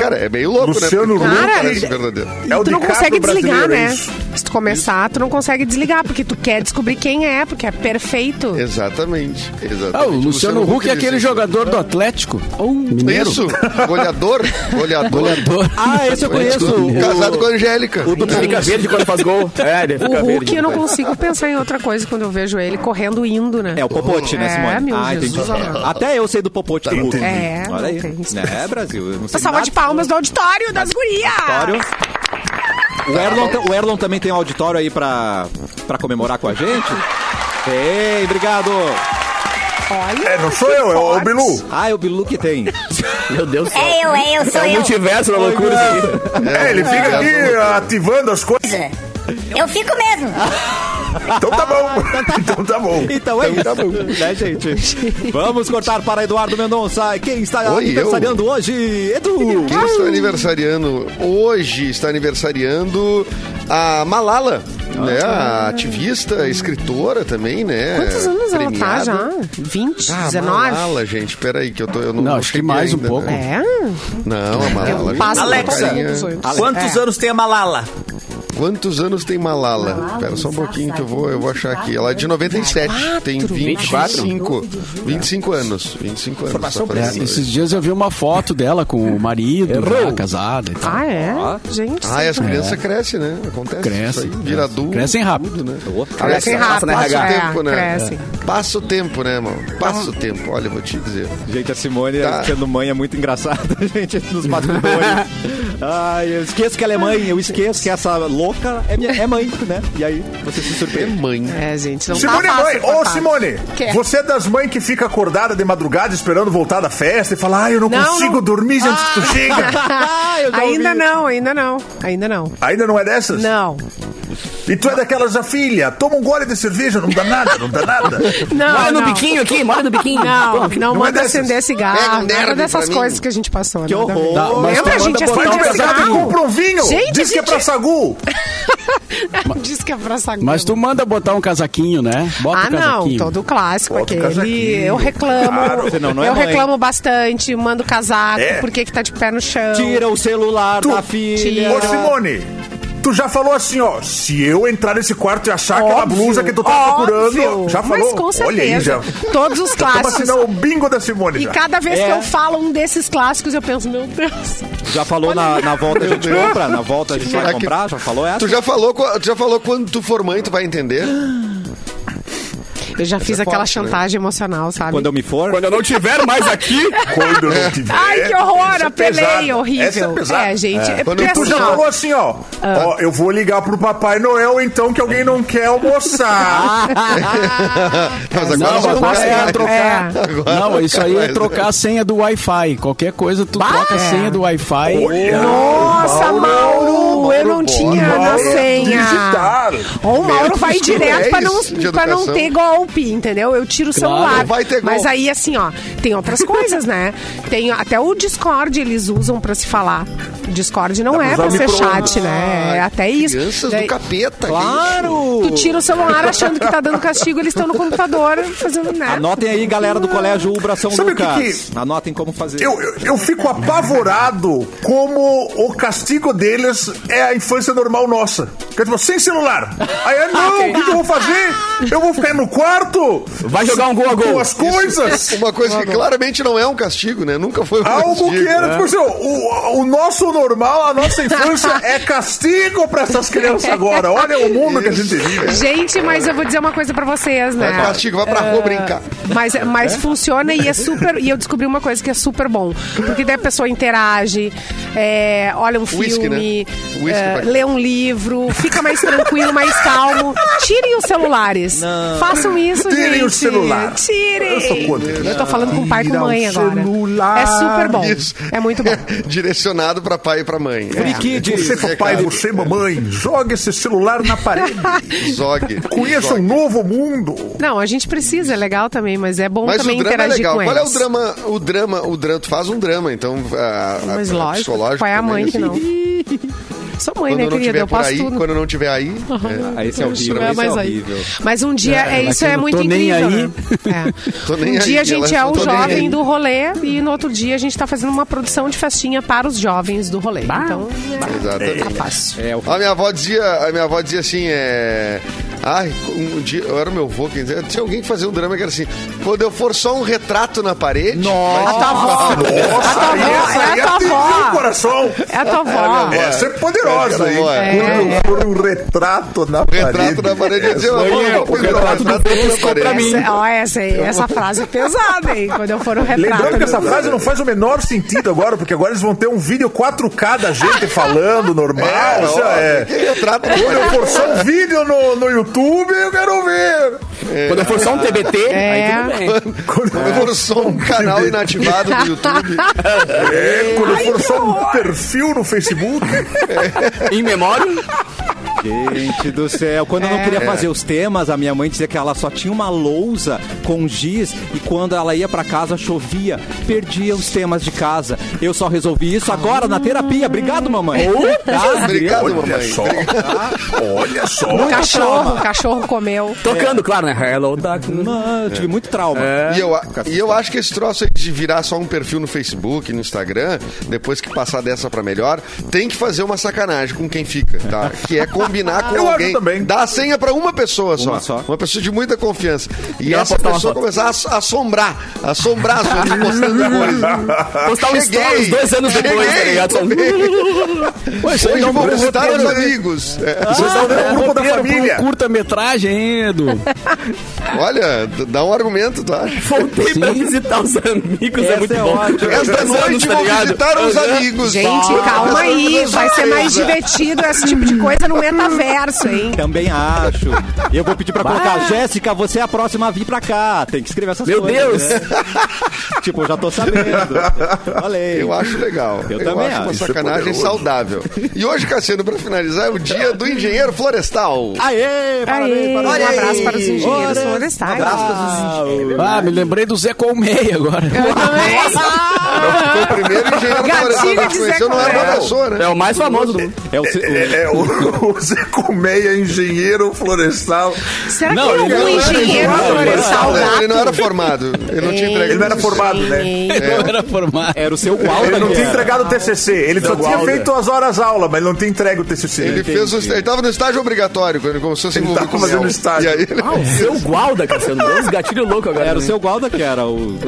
Speaker 7: Cara, é meio louco,
Speaker 4: Luciano
Speaker 7: né? Porque tudo
Speaker 2: Huck.
Speaker 7: parece
Speaker 2: Cara,
Speaker 7: verdadeiro.
Speaker 4: É o
Speaker 2: tu não
Speaker 4: DiCaprio
Speaker 2: consegue desligar,
Speaker 4: brasileiro, é
Speaker 2: né?
Speaker 4: isso.
Speaker 2: Se tu começar, tu não consegue desligar, porque tu quer descobrir quem é, porque é perfeito.
Speaker 7: Exatamente, exatamente.
Speaker 8: Ah, o Luciano Huck é
Speaker 7: diz
Speaker 8: aquele
Speaker 7: isso.
Speaker 8: jogador do Atlético. Mineiro.
Speaker 7: Oh, Isso, goleador, goleador.
Speaker 8: Jogador.
Speaker 1: Ah, esse eu conheço.
Speaker 8: Desculpa.
Speaker 7: Casado com a Angélica.
Speaker 6: O do fica verde quando faz gol. É, ele
Speaker 2: O
Speaker 6: fica
Speaker 2: Hulk,
Speaker 6: verde.
Speaker 1: né?
Speaker 2: eu não consigo pensar em outra coisa quando eu vejo ele correndo indo, né?
Speaker 1: É o popote, né,
Speaker 2: É,
Speaker 1: Simone?
Speaker 2: meu Jesus amado.
Speaker 1: É. Até eu sei do
Speaker 6: Tá,
Speaker 1: popote do Hulk.
Speaker 2: É,
Speaker 1: Olha aí.
Speaker 2: não tem isso.
Speaker 1: É, Brasil. Eu não
Speaker 2: Uma
Speaker 1: sei
Speaker 2: salva
Speaker 1: nada
Speaker 2: de palmas do auditório das gurias!
Speaker 1: de auditório. O
Speaker 6: Tá
Speaker 1: Erlon, ta- o Erlon também tem um auditório aí pra, pra comemorar com a gente? Ei, obrigado.
Speaker 2: Olha,
Speaker 4: É, não sou eu, é o Bilu.
Speaker 1: Ah, é o Bilu que tem.
Speaker 6: Meu Deus do céu.
Speaker 3: É eu, é eu, sou
Speaker 6: É um
Speaker 3: eu.
Speaker 6: multiverso da loucura isso aqui.
Speaker 4: É, ele fica aqui ativando as coisas.
Speaker 3: Eu fico mesmo.
Speaker 4: Então tá bom. Então tá bom.
Speaker 1: Então é isso. Né, gente? Vamos cortar para Eduardo Mendonça. Quem está
Speaker 7: Oi,
Speaker 1: aniversariando hoje? Edu.
Speaker 7: Quem está aniversariando hoje está aniversariando a Malala, né? A ativista, escritora também, né?
Speaker 2: Quantos anos ela tá
Speaker 7: Premiada.
Speaker 2: já? 20?
Speaker 7: Ah,
Speaker 2: 19?
Speaker 7: Malala, gente, peraí, que eu, tô, eu não
Speaker 8: Não, acho que
Speaker 7: cheguei
Speaker 8: mais um
Speaker 7: ainda,
Speaker 8: pouco.
Speaker 7: né?
Speaker 2: É?
Speaker 7: Não, a Malala.
Speaker 2: Eu passo
Speaker 7: gente,
Speaker 5: Alexa.
Speaker 7: uma carinha.
Speaker 2: É.
Speaker 5: Quantos anos tem a Malala?
Speaker 7: Quantos anos tem Malala? Pera só um pouquinho que eu vou, eu vou achar aqui. Ela é de 97, tem 25, 25 anos. 25 anos. assim. Formação
Speaker 8: É, esses dias eu vi uma foto dela com o marido, já, casada e tal.
Speaker 2: Ah, é? Gente,
Speaker 7: Ah, e as
Speaker 2: sempre-
Speaker 8: é.
Speaker 7: crianças crescem, né? Acontece.
Speaker 8: Crescem,
Speaker 7: isso aí. Vira
Speaker 8: crescem.
Speaker 7: adulto.
Speaker 8: Crescem rápido.
Speaker 7: tudo, né?
Speaker 2: Crescem
Speaker 7: Passa,
Speaker 2: rápido,
Speaker 7: né,
Speaker 2: acho,
Speaker 7: Passa
Speaker 2: é,
Speaker 7: o tempo, né?
Speaker 2: crescem.
Speaker 7: Passa o tempo, né, mano? Passa
Speaker 8: Então-
Speaker 7: o tempo. Olha, eu vou te dizer.
Speaker 1: Gente, a Simone
Speaker 7: Tá.
Speaker 1: sendo mãe é muito engraçada, gente, nos bastidores. Ai, eu esqueço que ela é mãe, eu esqueço que essa louca é, minha- é mãe, né? E aí, você se
Speaker 7: É
Speaker 1: surpreende.
Speaker 7: mãe.
Speaker 2: É, gente, não
Speaker 4: Simone,
Speaker 2: tá fácil.
Speaker 4: mãe, ô
Speaker 2: coitada.
Speaker 4: Simone,
Speaker 2: Quê?
Speaker 4: você é das mães que fica acordada de madrugada esperando voltar da festa e fala, ah, eu não,
Speaker 2: Não, Ah.
Speaker 4: consigo
Speaker 2: não.
Speaker 4: dormir antes que tu chega.
Speaker 1: Ai, Ah, eu já
Speaker 2: Ainda
Speaker 1: ouvi.
Speaker 2: não, ainda não, ainda não.
Speaker 4: Ainda não é dessas?
Speaker 2: Não,
Speaker 4: E tu é daquelas, a filha, toma um gole de cerveja, não dá nada, não dá nada.
Speaker 2: não,
Speaker 6: Mora no
Speaker 2: não.
Speaker 6: biquinho aqui, mora no biquinho.
Speaker 2: Não, não
Speaker 4: é
Speaker 2: manda
Speaker 4: dessas.
Speaker 2: acender
Speaker 7: Pega um
Speaker 2: cigarro, nada
Speaker 7: derby
Speaker 2: dessas
Speaker 7: pra mim.
Speaker 2: coisas que a gente passou. é
Speaker 1: Que
Speaker 2: nada a ver.
Speaker 1: horror.
Speaker 8: Dá, mas
Speaker 2: Lembra,
Speaker 8: tu
Speaker 2: gente,
Speaker 8: manda botar
Speaker 4: Vai
Speaker 2: acende
Speaker 4: no
Speaker 8: um
Speaker 4: mercado e
Speaker 2: cigarro.
Speaker 4: compra um vinho,
Speaker 2: Gente,
Speaker 4: diz que é
Speaker 2: gente-
Speaker 4: pra Sagu.
Speaker 2: Diz que é pra saco.
Speaker 8: Mas tu manda botar um casaquinho, né? Bota
Speaker 2: Ah,
Speaker 8: um
Speaker 2: não,
Speaker 8: casaquinho.
Speaker 2: todo clássico
Speaker 4: Bota o
Speaker 2: aquele.
Speaker 4: casaquinho.
Speaker 2: Eu reclamo.
Speaker 1: Claro. Não, não é
Speaker 2: eu
Speaker 1: mãe.
Speaker 2: reclamo bastante, mando casaco,
Speaker 4: É.
Speaker 2: porque que tá de pé no chão.
Speaker 1: Tira o celular
Speaker 4: Tu-
Speaker 1: da filha.
Speaker 2: Tira.
Speaker 4: Ô Simone, tu já falou assim, ó, se eu entrar nesse quarto e achar aquela
Speaker 2: Óbvio,
Speaker 4: blusa que tu tá procurando,
Speaker 2: óbvio.
Speaker 4: já falou.
Speaker 2: Mas com
Speaker 4: Olha aí,
Speaker 2: certeza.
Speaker 4: já.
Speaker 2: Todos os
Speaker 4: Toma
Speaker 2: clássicos.
Speaker 4: assinar o bingo da Simone
Speaker 2: E
Speaker 4: já.
Speaker 2: cada vez
Speaker 1: É.
Speaker 2: que eu falo um desses clássicos, eu penso, meu Deus.
Speaker 1: Já falou na, na volta a gente
Speaker 7: Meu Deus.
Speaker 1: compra? Na volta a gente vai
Speaker 7: Será que-
Speaker 1: comprar? Já falou essa?
Speaker 7: Tu já falou, co- tu já falou quando tu for mãe, tu vai entender.
Speaker 2: Eu já fiz
Speaker 7: é
Speaker 2: aquela
Speaker 7: forte, né?
Speaker 2: chantagem emocional, sabe?
Speaker 1: Quando eu me for,
Speaker 9: Quando eu não tiver mais aqui, É.
Speaker 4: Quando não tiver.
Speaker 2: Ai, que horror,
Speaker 4: Essa é
Speaker 2: apelei,
Speaker 4: pesada.
Speaker 2: horrível.
Speaker 4: Essa é pesada.
Speaker 2: É, gente, é, Ah.
Speaker 7: Quando
Speaker 2: porque
Speaker 7: tu
Speaker 4: Tu
Speaker 2: assim,
Speaker 4: já
Speaker 2: ó,
Speaker 4: falou assim, ó. Ó, eu vou ligar pro Papai Noel, então, que alguém não quer
Speaker 2: Ah,
Speaker 4: almoçar.
Speaker 8: Não,
Speaker 7: Mas agora já
Speaker 8: agora
Speaker 7: vai.
Speaker 8: você vai trocar.
Speaker 7: Agora
Speaker 8: não, isso aí
Speaker 7: vai.
Speaker 8: é trocar a senha do Wi-Fi. Qualquer coisa, tu troca a
Speaker 2: É.
Speaker 8: senha do Wi-Fi.
Speaker 2: Nossa, Mauro, eu não tinha na senha. Oh.
Speaker 4: Digitar.
Speaker 2: Ou o Mauro
Speaker 7: Meu
Speaker 2: vai
Speaker 7: Deus,
Speaker 2: direto
Speaker 7: é
Speaker 2: pra não,
Speaker 7: isso de
Speaker 2: pra não
Speaker 7: educação.
Speaker 2: ter golpe, entendeu? Eu tiro o celular.
Speaker 7: não vai ter golpe.
Speaker 2: Mas aí, assim, ó, tem outras coisas, né? Tem até o Discord eles usam pra se falar. O Discord não é
Speaker 4: usar
Speaker 2: pra
Speaker 4: o
Speaker 2: ser
Speaker 4: micro-ondas.
Speaker 2: chat, né? É até isso.
Speaker 7: Crianças
Speaker 2: Daí-
Speaker 7: do capeta.
Speaker 1: claro!
Speaker 2: Tu tira o celular achando que tá dando castigo, eles estão no computador fazendo, né?
Speaker 1: Anotem aí, galera do Colégio Ubra São
Speaker 4: Sabe o que
Speaker 1: Lucas. Anotem como fazer.
Speaker 4: Eu, eu, eu fico apavorado como o castigo deles é a infância normal nossa. Que é tipo, sem celular. Aí eu, não, o que, que eu vou fazer? Eu vou ficar no quarto?
Speaker 9: vai jogar um gol a
Speaker 4: Com
Speaker 9: gol.
Speaker 4: as coisas?
Speaker 7: Isso. Uma coisa que claramente não é um castigo, né? Nunca foi um
Speaker 4: Algo
Speaker 7: castigo.
Speaker 4: que era, tipo assim, o, o nosso normal, a nossa infância é castigo pra essas crianças agora. Olha o mundo que a gente vive.
Speaker 2: Gente, mas eu vou dizer uma coisa pra vocês, né?
Speaker 7: Vai pro É um castigo, vai pra rua brincar.
Speaker 2: Mas, mas funciona e é super. E eu descobri uma coisa que é super bom. Porque daí a pessoa interage, é, olha um
Speaker 7: Whisky,
Speaker 2: filme,
Speaker 7: né? Whisky
Speaker 2: é,
Speaker 7: pra-
Speaker 2: lê um livro, fica mais tranquilo, mais calmo. Tirem os celulares. Façam isso,
Speaker 4: Tirem
Speaker 2: gente.
Speaker 4: o celular.
Speaker 2: Tirem.
Speaker 4: Eu sou contra.
Speaker 2: Eu tô falando com o pai e com a
Speaker 4: Tira o
Speaker 2: mãe agora.
Speaker 4: celular.
Speaker 2: É super bom.
Speaker 7: Isso.
Speaker 2: É muito bom.
Speaker 7: Direcionado pra pai e pra mãe. É,
Speaker 1: Free Kids.
Speaker 4: Você, papai, você, mamãe, joga esse celular na parede.
Speaker 7: Zog.
Speaker 4: Conheça um novo mundo.
Speaker 2: Não, a gente precisa, é legal também, mas é bom
Speaker 7: Mas o
Speaker 2: também
Speaker 7: drama é
Speaker 2: interagir
Speaker 7: legal.
Speaker 2: com
Speaker 7: Qual é o
Speaker 2: eles.
Speaker 7: drama? O drama, o drama, tu faz um drama, então. A, a-
Speaker 2: Mas
Speaker 7: a-
Speaker 2: lógico,
Speaker 7: psicológico
Speaker 2: qual é a mãe
Speaker 7: também,
Speaker 2: que
Speaker 7: assim.
Speaker 2: não? Sou mãe,
Speaker 7: Quando
Speaker 2: né,
Speaker 7: eu não
Speaker 2: querida?
Speaker 7: tiver
Speaker 2: Eu
Speaker 7: por
Speaker 2: posso
Speaker 7: aí,
Speaker 2: tudo.
Speaker 7: quando eu não tiver aí.
Speaker 1: Ah, esse é
Speaker 7: o
Speaker 1: horrível,
Speaker 2: tiver
Speaker 1: esse é
Speaker 2: mais aí.
Speaker 1: horrível.
Speaker 2: Mas um dia, é, isso é
Speaker 8: aquilo,
Speaker 2: muito
Speaker 8: tô nem
Speaker 2: incrível.
Speaker 8: aí.
Speaker 2: né? É.
Speaker 7: Tô nem
Speaker 2: um
Speaker 7: aí,
Speaker 2: dia a gente
Speaker 7: ela
Speaker 2: é
Speaker 7: só
Speaker 2: o
Speaker 7: tô nem
Speaker 2: jovem
Speaker 7: aí.
Speaker 2: do rolê e no outro dia a gente tá fazendo uma produção de festinha para os jovens do rolê. Então, é, tá
Speaker 7: Exatamente.
Speaker 2: fácil.
Speaker 1: É, o
Speaker 7: A minha avó dizia, a minha avó dizia assim, é. Ai, um dia, eu era o meu avô, quem dizia, tinha alguém que fazia um drama que era assim, quando eu for só um retrato na parede,
Speaker 2: A tua avó.
Speaker 4: Nossa,
Speaker 7: Tá
Speaker 2: tua avó, é a tua avó.
Speaker 4: o coração.
Speaker 2: É a tua avó.
Speaker 4: Essa é poderosa,
Speaker 7: É,
Speaker 4: hein?
Speaker 7: é. Um
Speaker 4: Por, por um retrato na
Speaker 9: é.
Speaker 4: parede.
Speaker 7: retrato na parede, eu dizia,
Speaker 9: Foi eu, É, o retrato do Deus pra mim.
Speaker 2: Essa, ó, essa, aí, essa frase é pesada, hein? Quando eu for um retrato.
Speaker 4: Lembrando que
Speaker 2: né?
Speaker 4: essa frase não faz o menor sentido agora, porque agora eles vão ter um vídeo 4K da gente falando normal.
Speaker 7: É,
Speaker 4: isso
Speaker 7: ó,
Speaker 4: é.
Speaker 7: que retrato na
Speaker 4: Quando eu
Speaker 7: parede.
Speaker 4: for só um vídeo no, no YouTube, eu quero ver.
Speaker 9: Quando eu for só um TBT,
Speaker 2: É.
Speaker 9: aí tudo bem.
Speaker 4: Quando
Speaker 7: Quando eu for só um canal inativado do YouTube,
Speaker 4: É, quando eu for só um perfil no Facebook.
Speaker 9: Em memória,
Speaker 1: Gente do céu, quando eu não queria fazer os temas, a minha mãe dizia que ela só tinha uma lousa com giz e quando ela ia pra casa chovia, perdia os temas de casa. Eu só resolvi isso agora na terapia. Obrigado, mamãe. Tá?
Speaker 7: obrigado,
Speaker 4: Olha
Speaker 7: mamãe.
Speaker 4: só. Olha só.
Speaker 2: O cachorro, o cachorro comeu.
Speaker 9: tocando, claro, né? Hello, Darkness.
Speaker 1: Não, eu tive muito trauma.
Speaker 7: E eu, a- e eu acho que esse troço aí de virar só um perfil no Facebook, no Instagram, depois que passar dessa pra melhor, tem que fazer uma sacanagem com quem fica, tá? Que é combinar com
Speaker 4: Eu acho
Speaker 7: alguém.
Speaker 4: também.
Speaker 7: Dar a senha pra uma pessoa só.
Speaker 1: Uma só.
Speaker 7: Uma pessoa de muita confiança. E,
Speaker 9: ela
Speaker 7: essa
Speaker 9: postar uma
Speaker 7: pessoa
Speaker 9: foto.
Speaker 7: começar a ass- assombrar. Assombrar as outras postando coisas.
Speaker 9: Postar um
Speaker 7: Cheguei.
Speaker 9: stories dois anos depois, tá
Speaker 7: Cheguei.
Speaker 9: ligado? Só um-
Speaker 8: Pois
Speaker 9: é
Speaker 7: Hoje eu vou visitar os
Speaker 9: né?
Speaker 7: amigos. É.
Speaker 9: Ah.
Speaker 4: o grupo da família.
Speaker 8: curta-metragem, hein, Edu?
Speaker 7: É. Olha, d- dá um argumento, tá?
Speaker 9: Voltei pra visitar os amigos, é
Speaker 1: Essa
Speaker 9: muito
Speaker 1: é
Speaker 9: bom.
Speaker 1: ótima.
Speaker 9: Dois
Speaker 7: Esta
Speaker 9: anos,
Speaker 7: noite
Speaker 9: tá
Speaker 7: vou
Speaker 9: ligado?
Speaker 7: visitar os
Speaker 9: Aham.
Speaker 7: amigos.
Speaker 2: Gente,
Speaker 7: Ah,
Speaker 2: calma aí.
Speaker 7: essa
Speaker 2: Vai ser mais
Speaker 7: surpresa.
Speaker 2: divertido esse tipo de coisa no metaverso, hein?
Speaker 1: Também acho. E eu vou pedir pra colocar, Jéssica, você é a próxima a vir pra cá. Tem que escrever essas
Speaker 9: Meu
Speaker 1: coisas.
Speaker 9: Deus.
Speaker 1: né? tipo, eu já tô sabendo. Falei.
Speaker 7: Eu acho legal.
Speaker 1: Eu também
Speaker 7: acho. uma
Speaker 1: acho.
Speaker 7: sacanagem
Speaker 4: Isso é
Speaker 7: saudável. E hoje, Cassiano, pra finalizar, é o dia do engenheiro florestal.
Speaker 2: Ah.
Speaker 1: Aê,
Speaker 2: Aê,
Speaker 1: parabéns,
Speaker 2: um
Speaker 1: parabéns.
Speaker 2: abraço para os engenheiros
Speaker 1: Ora,
Speaker 2: florestais.
Speaker 8: Ah, me lembrei do Zé Colmeia agora.
Speaker 7: Foi o primeiro engenheiro
Speaker 2: Gatilho
Speaker 7: florestal que a gente
Speaker 2: de
Speaker 7: conheceu,
Speaker 2: Zé
Speaker 7: não era uma
Speaker 2: Coronel.
Speaker 7: pessoa, né?
Speaker 9: É o mais famoso do mundo.
Speaker 1: É o, se- o-
Speaker 4: É, é, o, o Zé Colmeia, engenheiro florestal.
Speaker 2: Será que
Speaker 8: Não, ele
Speaker 2: tem
Speaker 7: um
Speaker 2: algum
Speaker 7: é,
Speaker 8: não era
Speaker 2: engenheiro
Speaker 8: engenheiro,
Speaker 2: florestal
Speaker 7: Não, Ele não
Speaker 2: gato?
Speaker 7: era formado. Ele não tinha entregado.
Speaker 4: Ele não era
Speaker 7: isso.
Speaker 4: formado, né?
Speaker 7: É.
Speaker 8: Não era formado.
Speaker 1: era o seu Walter.
Speaker 4: Ele não
Speaker 1: que
Speaker 4: tinha
Speaker 1: era.
Speaker 4: entregado o TCC. Ele só tinha
Speaker 1: Walder.
Speaker 4: feito as horas aula, mas ele não tinha entregue o TCC.
Speaker 7: Ele fez o, ele tava no estágio obrigatório quando ele começou a se
Speaker 4: Ele
Speaker 7: envolver
Speaker 4: tava
Speaker 7: com o
Speaker 4: fazendo
Speaker 7: mel.
Speaker 4: estágio.
Speaker 7: E aí ele-
Speaker 9: Ah, o seu Gualda, Cassiano. Deu uns gatilhos loucos agora.
Speaker 1: Era o
Speaker 9: né?
Speaker 1: seu Gualda que era o.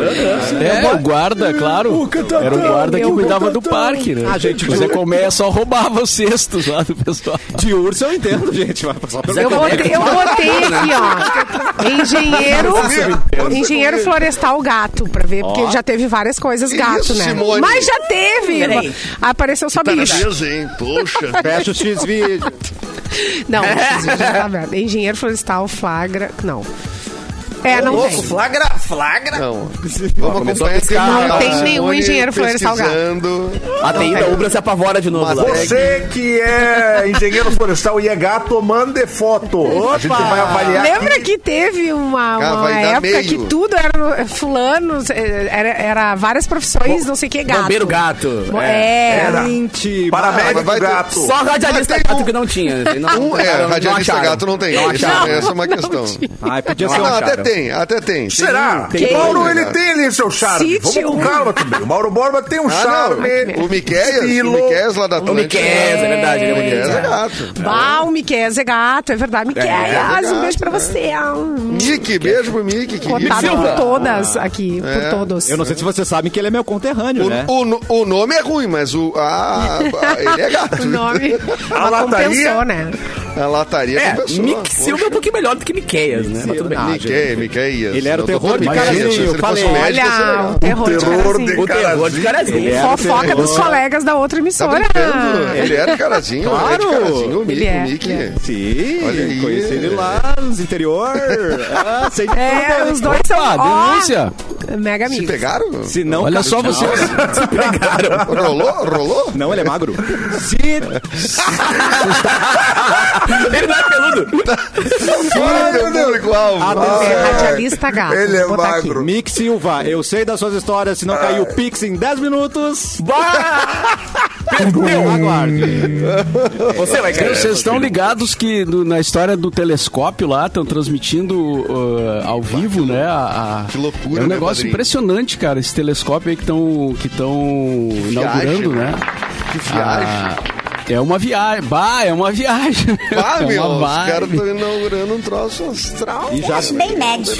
Speaker 8: É, o guarda, claro. Era, era o guarda que
Speaker 2: meu
Speaker 8: cuidava do
Speaker 2: Catatá.
Speaker 8: parque, né?
Speaker 1: Ah, gente,
Speaker 8: Mas
Speaker 1: de-
Speaker 8: a colmeia só roubava os cestos lá do pessoal.
Speaker 1: De urso eu entendo, gente. Mas é só pelo
Speaker 2: Eu botei, eu botei aqui, ó. Engenheiro, engenheiro florestal gato, pra ver, porque já teve várias coisas gato,
Speaker 7: Isso,
Speaker 2: né?
Speaker 7: Simone.
Speaker 2: Mas já teve.
Speaker 6: Peraí.
Speaker 2: Apareceu só bicho.
Speaker 7: Parabéns, hein? Poxa.
Speaker 1: Fecha o X-Vídeo.
Speaker 2: Não, já tá aberto. Engenheiro florestal flagra. Não. É, não
Speaker 5: Louco,
Speaker 2: tem.
Speaker 5: flagra, flagra.
Speaker 7: Não. Vamos
Speaker 6: começou a
Speaker 7: acompanhar esse
Speaker 6: piscar.
Speaker 7: canal.
Speaker 2: Não tem
Speaker 7: Simone
Speaker 2: nenhum engenheiro florestal gato.
Speaker 7: pesquisando.
Speaker 6: A TI da Ubra se apavora de novo lá.
Speaker 4: Você que é engenheiro florestal e é gato, mande foto. A gente vai avaliar.
Speaker 2: Lembra
Speaker 4: aqui.
Speaker 2: que teve uma,
Speaker 7: Cara,
Speaker 2: uma
Speaker 7: vai dar
Speaker 2: época
Speaker 7: meio.
Speaker 2: que tudo era no- fulano, era, era várias profissões, não sei o que, gato.
Speaker 6: Bombeiro gato.
Speaker 2: Bo-
Speaker 6: É.
Speaker 2: É,
Speaker 4: Era.
Speaker 1: Gente,
Speaker 4: Parabéns,
Speaker 7: Vai ter-
Speaker 4: gato.
Speaker 6: Só radialista
Speaker 7: Mas tem
Speaker 6: gato
Speaker 7: um-
Speaker 6: que não tinha.
Speaker 2: Ah.
Speaker 6: Não,
Speaker 7: Um,
Speaker 6: não-
Speaker 7: é,
Speaker 6: não
Speaker 7: radialista
Speaker 6: acharam.
Speaker 7: gato não tem. Esse- Essa é uma questão.
Speaker 1: Ai, podia ser
Speaker 7: Ah,
Speaker 1: um
Speaker 7: Não,
Speaker 1: uma
Speaker 7: até
Speaker 1: cara.
Speaker 7: tem, até tem. um-
Speaker 4: Será?
Speaker 6: Tem-
Speaker 4: o Mauro,
Speaker 7: tem- né,
Speaker 4: ele tem ali seu charme.
Speaker 2: Sítio.
Speaker 4: Vamos com calma também. O Mauro Borba tem um
Speaker 7: Ah,
Speaker 4: charme.
Speaker 7: não. O Miquéias, o
Speaker 4: Estilo.
Speaker 7: Miquéias lá da
Speaker 6: O
Speaker 7: Atlântica.
Speaker 6: Miquel, é verdade. Ele é bonito.
Speaker 7: Miquéias é gato.
Speaker 2: Bah, o Miquel é gato, é verdade. Miquel, um beijo pra você.
Speaker 7: Mickey, beijo pro Mickey. que-
Speaker 2: Votado por todas aqui, por todos.
Speaker 1: Eu não sei se vocês sabem que ele é meu conterrâneo, né?
Speaker 7: O, o no- o nome é ruim, mas o, a, a- ele é gato.
Speaker 2: o nome.
Speaker 4: A
Speaker 2: mas
Speaker 4: lataria?
Speaker 2: compensou, né?
Speaker 7: A lataria
Speaker 6: É,
Speaker 7: compensou.
Speaker 6: Mick Silva é um pouquinho melhor do que Miqueias, né? Mas tudo bem.
Speaker 1: Ah,
Speaker 7: Miquel, Miqueias.
Speaker 1: Ele era o
Speaker 7: Não, tô
Speaker 1: terror de
Speaker 7: falando Miqueias,
Speaker 1: Carazinho,
Speaker 7: se ele
Speaker 1: eu
Speaker 7: fosse
Speaker 1: falei.
Speaker 7: médico, seria
Speaker 2: Olha, é
Speaker 7: gato.
Speaker 2: o terror, de
Speaker 4: terror
Speaker 2: Carazinho.
Speaker 4: de
Speaker 6: O terror de
Speaker 1: Ele
Speaker 6: Carazinho.
Speaker 1: é-
Speaker 2: Fofoca dos
Speaker 1: Terror.
Speaker 2: colegas da outra
Speaker 7: Tá
Speaker 2: emissora. É.
Speaker 7: brincando? Ele era de Carazinho, ele era de
Speaker 1: Claro.
Speaker 7: Carazinho, o
Speaker 2: Ele
Speaker 7: Mickey.
Speaker 2: é.
Speaker 7: o Mickey.
Speaker 1: Sim,
Speaker 7: Olha aí.
Speaker 1: conheci ele lá nos interior. Ah, sei de
Speaker 2: É,
Speaker 1: tudo.
Speaker 2: os dois são.
Speaker 8: Ah,
Speaker 2: ó,
Speaker 8: denúncia.
Speaker 2: Mega
Speaker 7: Se
Speaker 2: amigos.
Speaker 7: pegaram?
Speaker 1: Se não,
Speaker 8: Olha só
Speaker 1: Carlos
Speaker 8: vocês.
Speaker 1: Chaves-
Speaker 7: Rolou? Rolou?
Speaker 1: Não, ele é magro. Se,
Speaker 6: Ele não é peludo.
Speaker 7: Ai, meu Deus, igual.
Speaker 2: É radialista gato.
Speaker 4: Ele é
Speaker 2: Vou botar aqui.
Speaker 4: magro.
Speaker 1: Mick Silva, eu sei das suas histórias. Se não caiu o Pix em 10 minutos, perdeu. Aguarde.
Speaker 6: Você vai
Speaker 7: É,
Speaker 6: cair.
Speaker 8: Vocês estão ligados que no- na história do telescópio lá estão transmitindo uh, ao vivo, né? a- a-
Speaker 7: que loucura,
Speaker 8: É um
Speaker 7: né,
Speaker 8: negócio
Speaker 7: Padrinho?
Speaker 8: impressionante, cara, esse telescópio aí que estão que tão inaugurando, né?
Speaker 7: Que viagem.
Speaker 8: Ah, é uma viagem. Bah, é uma viagem.
Speaker 7: Ah,
Speaker 8: é
Speaker 7: meu,
Speaker 8: uma
Speaker 7: os caras
Speaker 8: vibe.
Speaker 7: estão inaugurando um troço astral.
Speaker 1: E já-
Speaker 3: Acho bem médio.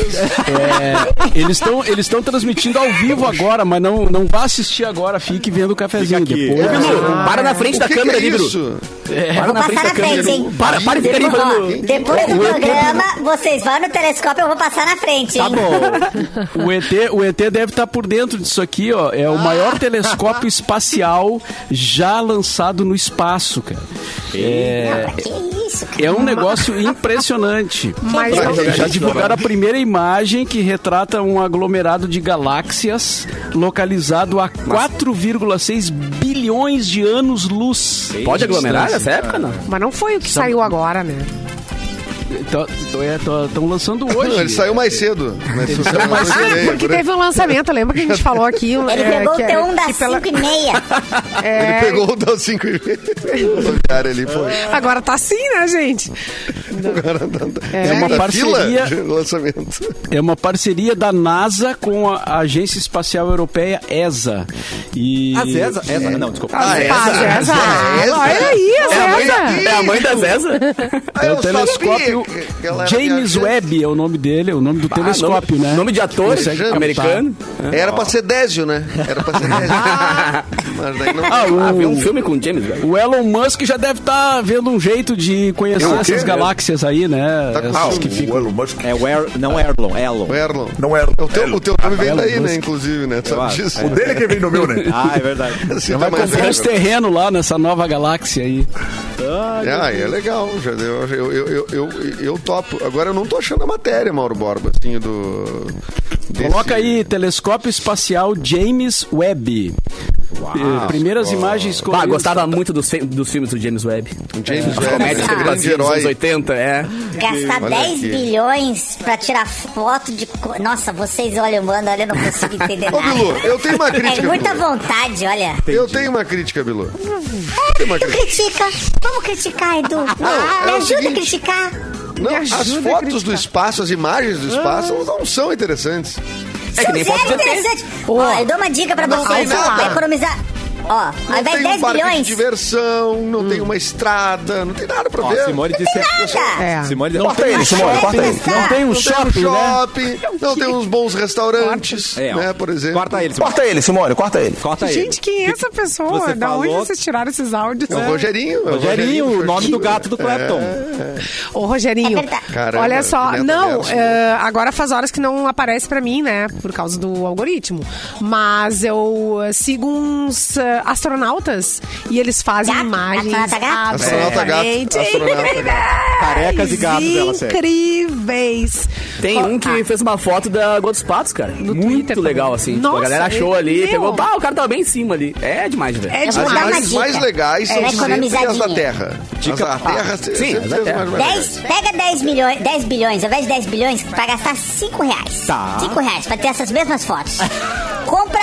Speaker 8: É, eles estão eles estão transmitindo ao vivo agora, mas não não vá assistir agora, fique vendo o cafezinho
Speaker 1: Fica aqui.
Speaker 8: depois.
Speaker 6: Ô, Bilu, para na frente
Speaker 7: O
Speaker 6: da
Speaker 7: que
Speaker 6: câmera,
Speaker 7: que é
Speaker 6: Libro.
Speaker 7: isso?
Speaker 6: Para na
Speaker 3: Vou
Speaker 6: frente da
Speaker 3: passar na
Speaker 6: câmera.
Speaker 3: frente, hein?
Speaker 6: Para, para e fica ali
Speaker 3: Depois, ó,
Speaker 6: fazendo...
Speaker 3: depois do programa, vocês vão no telescópio, eu vou passar na frente, hein?
Speaker 1: Tá bom.
Speaker 8: O ET, o ET deve estar por dentro disso aqui, ó. É o maior telescópio espacial já lançado no espaço, cara. É,
Speaker 3: Que isso, cara?
Speaker 8: é um negócio impressionante.
Speaker 2: Mas não
Speaker 8: Já divulgaram a primeira imagem que retrata um aglomerado de galáxias localizado a 4,6 bilhões de anos-luz.
Speaker 6: Pode aglomerar nessa época, não?
Speaker 2: Mas não foi o que saiu agora, né?
Speaker 8: Estão é, lançando hoje.
Speaker 7: Não, ele saiu mais cedo. Mas né? ele saiu mais
Speaker 2: Ah, porque teve um lançamento, lembra que a gente falou aqui?
Speaker 3: Ele
Speaker 2: é,
Speaker 3: pegou um-
Speaker 2: que
Speaker 3: o
Speaker 2: é-
Speaker 3: T1 das
Speaker 2: que pela-
Speaker 3: 5 e meia.
Speaker 2: É.
Speaker 7: Ele pegou o das 5 e meia. cara ali, foi.
Speaker 2: Agora tá assim, né, gente?
Speaker 8: É uma
Speaker 7: Da fila
Speaker 8: parceria-
Speaker 7: de lançamento.
Speaker 8: É uma parceria da NASA com a Agência Espacial Europeia, ESA. E...
Speaker 6: Ah,
Speaker 1: A Zeza,
Speaker 2: É.
Speaker 1: essa, não, desculpa.
Speaker 7: Ah,
Speaker 2: Pá, Zeza.
Speaker 7: Zeza.
Speaker 2: Olha aí, a Zeza.
Speaker 6: É a mãe da Zeza?
Speaker 7: Ah,
Speaker 8: É
Speaker 7: eu
Speaker 8: o telescópio
Speaker 7: sabia que ela era
Speaker 8: James
Speaker 7: viajante.
Speaker 8: Webb é o nome dele, é o nome do telescópio,
Speaker 6: nome,
Speaker 8: né?
Speaker 6: Nome de ator
Speaker 8: Consegue captar.
Speaker 6: americano.
Speaker 7: Era pra ser Désio, né? Era pra ser Désio. Mas daí não.
Speaker 8: Ah,
Speaker 6: Ah, viu
Speaker 8: o,
Speaker 6: um filme com o James, velho.
Speaker 8: o Elon Musk já deve estar vendo um jeito de conhecer
Speaker 4: É o quê?
Speaker 8: essas galáxias aí, né?
Speaker 7: Tá com
Speaker 8: Essas
Speaker 4: Ah,
Speaker 8: que
Speaker 4: o
Speaker 8: ficam.
Speaker 4: Elon Musk.
Speaker 1: É o Air, não é Erlon, é Elon.
Speaker 7: O Erlon.
Speaker 4: Não era.
Speaker 7: O teu, o teu nome vem
Speaker 8: Elon
Speaker 7: daí, né?
Speaker 8: Musk.
Speaker 7: Inclusive, né? Tu
Speaker 1: Eu
Speaker 7: sabe
Speaker 1: acho,
Speaker 7: disso?
Speaker 4: O dele é que vem no meu, né?
Speaker 1: Ah, é verdade.
Speaker 7: Assim,
Speaker 8: Já
Speaker 7: tá
Speaker 8: vai
Speaker 7: mais
Speaker 8: comprar os
Speaker 7: velho.
Speaker 8: terreno lá nessa nova galáxia aí.
Speaker 7: Ah, é legal. já deu- Eu, eu, eu, eu, eu topo. Agora eu não tô achando a matéria, Mauro Borba, assim, do. desse-
Speaker 8: Coloca aí, telescópio espacial James Webb. Eh, Primeiras imagens com
Speaker 6: Bah, gostava muito dos, fi- dos filmes do James Webb.
Speaker 7: o James
Speaker 6: As
Speaker 7: Webb,
Speaker 2: Ah,
Speaker 6: comédias que
Speaker 7: né?
Speaker 6: ele
Speaker 7: grande
Speaker 6: fazia nos anos
Speaker 7: herói.
Speaker 6: 80, é.
Speaker 3: Gastar
Speaker 7: Olha
Speaker 3: 10
Speaker 7: aqui.
Speaker 3: bilhões pra tirar foto de. co- Nossa, vocês olham, mano, olha, eu não consigo entender
Speaker 7: Ô,
Speaker 3: nada.
Speaker 7: Bilu, eu tenho uma
Speaker 3: É
Speaker 7: crítica.
Speaker 3: muita
Speaker 7: Bilu.
Speaker 3: vontade, olha.
Speaker 7: Eu tenho uma crítica, Bilu.
Speaker 3: É, tu critica. Vamos criticar, Edu.
Speaker 7: é
Speaker 3: Me
Speaker 7: o
Speaker 3: ajuda a
Speaker 7: seguinte.
Speaker 3: criticar.
Speaker 7: Não,
Speaker 2: ajuda
Speaker 7: as
Speaker 2: a
Speaker 7: fotos
Speaker 2: criticar.
Speaker 7: do espaço, as imagens do espaço, elas não são interessantes.
Speaker 6: É que nem
Speaker 3: Zero
Speaker 6: foto de ET.
Speaker 3: interessante. Ó, eu dou uma dica pra
Speaker 7: Não
Speaker 3: vocês.
Speaker 7: sei
Speaker 3: ó,
Speaker 7: nada.
Speaker 3: Pra economizar. Ó,
Speaker 7: Não
Speaker 3: ao invés
Speaker 7: tem
Speaker 3: de
Speaker 7: um
Speaker 3: 10
Speaker 7: parque
Speaker 3: bilhões.
Speaker 7: de diversão, não tem
Speaker 1: Hum.
Speaker 7: uma estrada, não tem nada pra
Speaker 1: Ó,
Speaker 7: ver.
Speaker 1: Simone disse.
Speaker 3: Nada!
Speaker 2: É.
Speaker 1: Simone
Speaker 9: Não tem, Simone, corta aí.
Speaker 8: Não tem um
Speaker 7: Não tem um
Speaker 8: shopping, né?
Speaker 7: shopping, não tem uns bons restaurantes,
Speaker 1: É, ó.
Speaker 7: né, por exemplo.
Speaker 1: Corta ele, Simone.
Speaker 9: Corta ele, Simone, corta ele.
Speaker 1: Corta ele.
Speaker 2: Gente, quem é essa pessoa?
Speaker 1: Tá Você
Speaker 2: da onde
Speaker 1: falou-
Speaker 2: vocês tiraram esses áudios?
Speaker 7: É o Rogerinho. é o
Speaker 1: Rogerinho, o nome do gato do Clapton.
Speaker 2: Ô, Rogerinho,
Speaker 3: É verdade.
Speaker 7: Caramba,
Speaker 2: olha só.
Speaker 7: Neto
Speaker 2: Não,
Speaker 7: Verso.
Speaker 2: é, agora faz horas que não aparece pra mim, né? Por causa do algoritmo. Mas eu é, sigo uns é, astronautas e eles fazem
Speaker 3: Gato?
Speaker 2: imagens.
Speaker 3: Astronauta gato?
Speaker 7: Astronauta gato,
Speaker 2: absolutamente
Speaker 7: astronauta gato.
Speaker 1: Carecas e gatos dela, sério.
Speaker 2: Incríveis.
Speaker 6: Tem um que fez uma foto da Gotos Patos, cara. Muito
Speaker 2: Twitter também.
Speaker 6: legal, assim. tipo,
Speaker 2: Nossa,
Speaker 6: a galera achou
Speaker 2: ele-
Speaker 6: ali,
Speaker 2: meu.
Speaker 6: pegou. Ah, o cara tava bem em cima ali. É demais, velho.
Speaker 2: É
Speaker 3: Eu
Speaker 2: de
Speaker 3: vou
Speaker 7: As
Speaker 3: dar uma
Speaker 7: imagens
Speaker 3: dica.
Speaker 7: mais legais são
Speaker 3: É,
Speaker 7: sempre as da
Speaker 3: economizadinha.
Speaker 7: Terra.
Speaker 1: Dica-
Speaker 7: As da Terra se-
Speaker 6: sim,
Speaker 7: sempre
Speaker 6: as da
Speaker 7: são as
Speaker 6: Terra.
Speaker 7: mais legais.
Speaker 3: 10, pega 10 milhões, 10 bilhões, ao invés de 10 bilhões, pra gastar 5 reais.
Speaker 1: Tá.
Speaker 3: 5 reais, pra ter essas mesmas fotos. Compra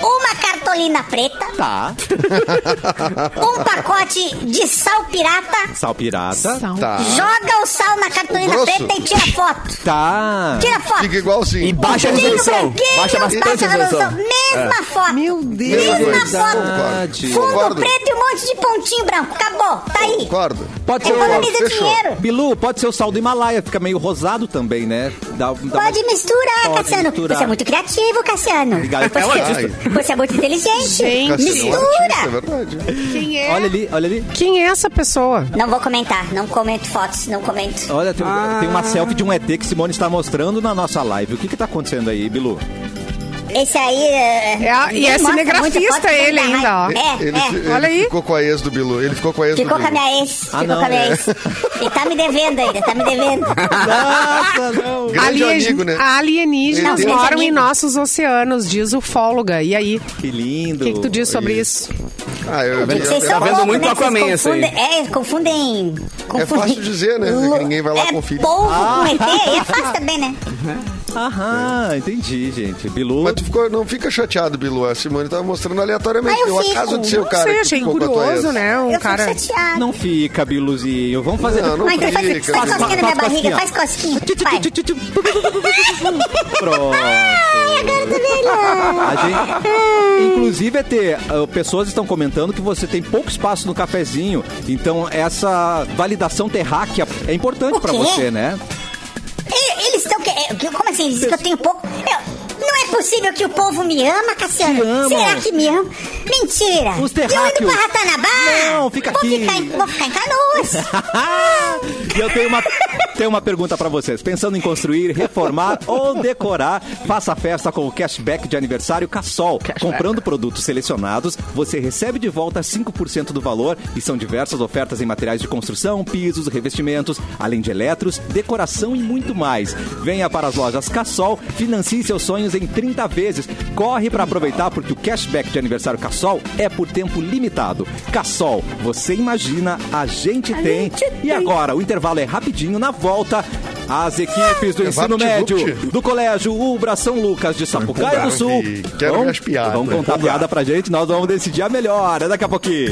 Speaker 3: uma cartolina preta,
Speaker 1: Tá.
Speaker 3: um pacote de sal pirata,
Speaker 1: Sal pirata.
Speaker 2: São.
Speaker 7: Tá.
Speaker 3: joga o sal na cartolina
Speaker 7: grosso.
Speaker 3: preta e tira foto.
Speaker 1: Tá.
Speaker 3: Tira foto.
Speaker 7: Fica igualzinho.
Speaker 6: E baixa a
Speaker 3: Tudinho
Speaker 6: resolução.
Speaker 3: branquinho,
Speaker 6: Baixa bastante a resolução. É.
Speaker 3: Mesma foto.
Speaker 2: Meu
Speaker 7: Mesma
Speaker 2: Deus.
Speaker 3: Mesma
Speaker 7: coisa.
Speaker 3: foto.
Speaker 7: Concordo.
Speaker 3: Fundo
Speaker 7: Concordo.
Speaker 3: preto e um monte de pontinho branco. Acabou. Tá aí.
Speaker 7: Concordo.
Speaker 1: Pode ser, o,
Speaker 3: Economiza
Speaker 7: fechou.
Speaker 3: dinheiro.
Speaker 1: Bilu, pode ser o sal do Himalaia, fica meio rosado também, né? Dá, dá
Speaker 3: Pode misturar,
Speaker 1: Pode
Speaker 3: Cassiano.
Speaker 1: misturar.
Speaker 3: Você é muito criativo, Cassiano.
Speaker 1: Obrigado.
Speaker 3: Você,
Speaker 1: É um
Speaker 7: artista.
Speaker 3: você é muito inteligente.
Speaker 2: Gente.
Speaker 7: Cassiano é um artista, é
Speaker 3: Mistura.
Speaker 7: verdade.
Speaker 2: Quem é?
Speaker 1: Olha ali, olha ali.
Speaker 2: Quem é essa pessoa?
Speaker 3: Não vou comentar. Não comento fotos. Não comento.
Speaker 1: Olha, tem,
Speaker 7: Ah.
Speaker 1: tem uma selfie de um ET que Simone está mostrando na nossa live. O que que tá acontecendo aí, Bilu?
Speaker 3: Esse aí... É,
Speaker 2: É a- e é
Speaker 3: mostra muita
Speaker 2: cinegrafista
Speaker 3: foto,
Speaker 2: ele
Speaker 3: dá
Speaker 2: ainda, ó.
Speaker 3: raiva. É,
Speaker 7: Ele,
Speaker 3: é.
Speaker 7: fi- ele
Speaker 2: olha aí.
Speaker 7: ficou com a ex do Bilu. Ele ficou com a ex
Speaker 3: Ficou
Speaker 7: do
Speaker 3: com a
Speaker 7: Bilu.
Speaker 3: minha ex.
Speaker 1: Ah,
Speaker 3: ficou
Speaker 1: não,
Speaker 3: com a minha
Speaker 1: é.
Speaker 3: ex. E tá me devendo ainda. Tá me devendo.
Speaker 1: Nossa, não.
Speaker 7: Grande
Speaker 2: Alien-
Speaker 7: amigo, né?
Speaker 2: Alienígenas
Speaker 3: Não,
Speaker 2: moram
Speaker 3: amigo.
Speaker 2: em nossos oceanos, diz ufóloga. E aí,
Speaker 1: Que
Speaker 2: o
Speaker 1: lindo.
Speaker 2: que, que tu diz sobre isso?
Speaker 7: Ah, eu,
Speaker 3: Gente, vocês
Speaker 7: eu-
Speaker 3: são
Speaker 6: vendo
Speaker 3: loucos,
Speaker 6: muito
Speaker 3: né?
Speaker 6: Aquaman
Speaker 3: Vocês
Speaker 6: esse aí.
Speaker 3: confundem, É, confundem... confundem
Speaker 7: fácil dizer, né?
Speaker 3: Lu-
Speaker 7: Ninguém vai lá
Speaker 3: é
Speaker 7: conferir.
Speaker 3: polvo com ET. E é fácil também, né?
Speaker 1: Aham, Ah, entendi, gente. Bilu.
Speaker 7: Mas tu ficou, não fica chateado, Bilu. A Simone tava mostrando aleatoriamente.
Speaker 3: Ah, eu
Speaker 7: Deu
Speaker 3: fico.
Speaker 7: acaso de ser o
Speaker 2: Não
Speaker 7: cara
Speaker 2: sei,
Speaker 7: que
Speaker 2: achei
Speaker 7: ficou com a tua
Speaker 2: curioso,
Speaker 7: ex.
Speaker 2: né? Um
Speaker 3: Eu
Speaker 2: cara.
Speaker 3: fico chateada.
Speaker 1: Não fica, Biluzinho. Vamos fazer.
Speaker 7: Não, não
Speaker 3: Mas então faz, faz
Speaker 7: fica.
Speaker 3: cosquinha
Speaker 7: Bilu.
Speaker 3: na minha barriga,
Speaker 1: cosquinha.
Speaker 3: faz cosquinha. Vai.
Speaker 1: Pronto.
Speaker 3: Ai, agora tá melhor.
Speaker 1: A gente- Inclusive, ET, ah, pessoas estão comentando que você tem pouco espaço no cafezinho. Então, essa validação terráquea é importante
Speaker 3: O
Speaker 1: pra
Speaker 3: quê?
Speaker 1: você, né?
Speaker 3: E- Eles estão... que- é, que- Como assim? Eles dizem que eu tenho pouco... Eu- Não é possível que o povo me ama, Cassiano.
Speaker 1: Te amam.
Speaker 3: Será que me ama? Mentira.
Speaker 1: Os
Speaker 3: eu indo
Speaker 1: terráqueos.
Speaker 3: pra Ratanabá.
Speaker 1: Não, fica
Speaker 3: vou
Speaker 1: aqui.
Speaker 3: Ficar em, vou ficar em Canoas.
Speaker 1: E eu tenho uma, tenho uma pergunta pra vocês. Pensando em construir, reformar ou decorar, faça a festa com o cashback de aniversário Cassol. Comprando produtos selecionados, você recebe de volta 5% do valor e são diversas ofertas em materiais de construção, pisos, revestimentos, além de eletros, decoração e muito mais. Venha para as lojas Cassol, financie seus sonhos em 30 vezes. Corre para aproveitar porque o cashback de aniversário Cassol é por tempo limitado. Cassol, você imagina, a gente tem. E agora, o intervalo é rapidinho, na volta, as equipes do
Speaker 7: É
Speaker 1: ensino
Speaker 7: vapt-vupt.
Speaker 1: médio do Colégio Ubra São Lucas de Sapucaia do Sul.
Speaker 7: empolgado, e quero
Speaker 1: vão-
Speaker 7: ver as piadas.
Speaker 1: Vão contar
Speaker 7: Empolgado.
Speaker 1: piada pra gente, nós vamos decidir a melhor. É daqui a pouquinho.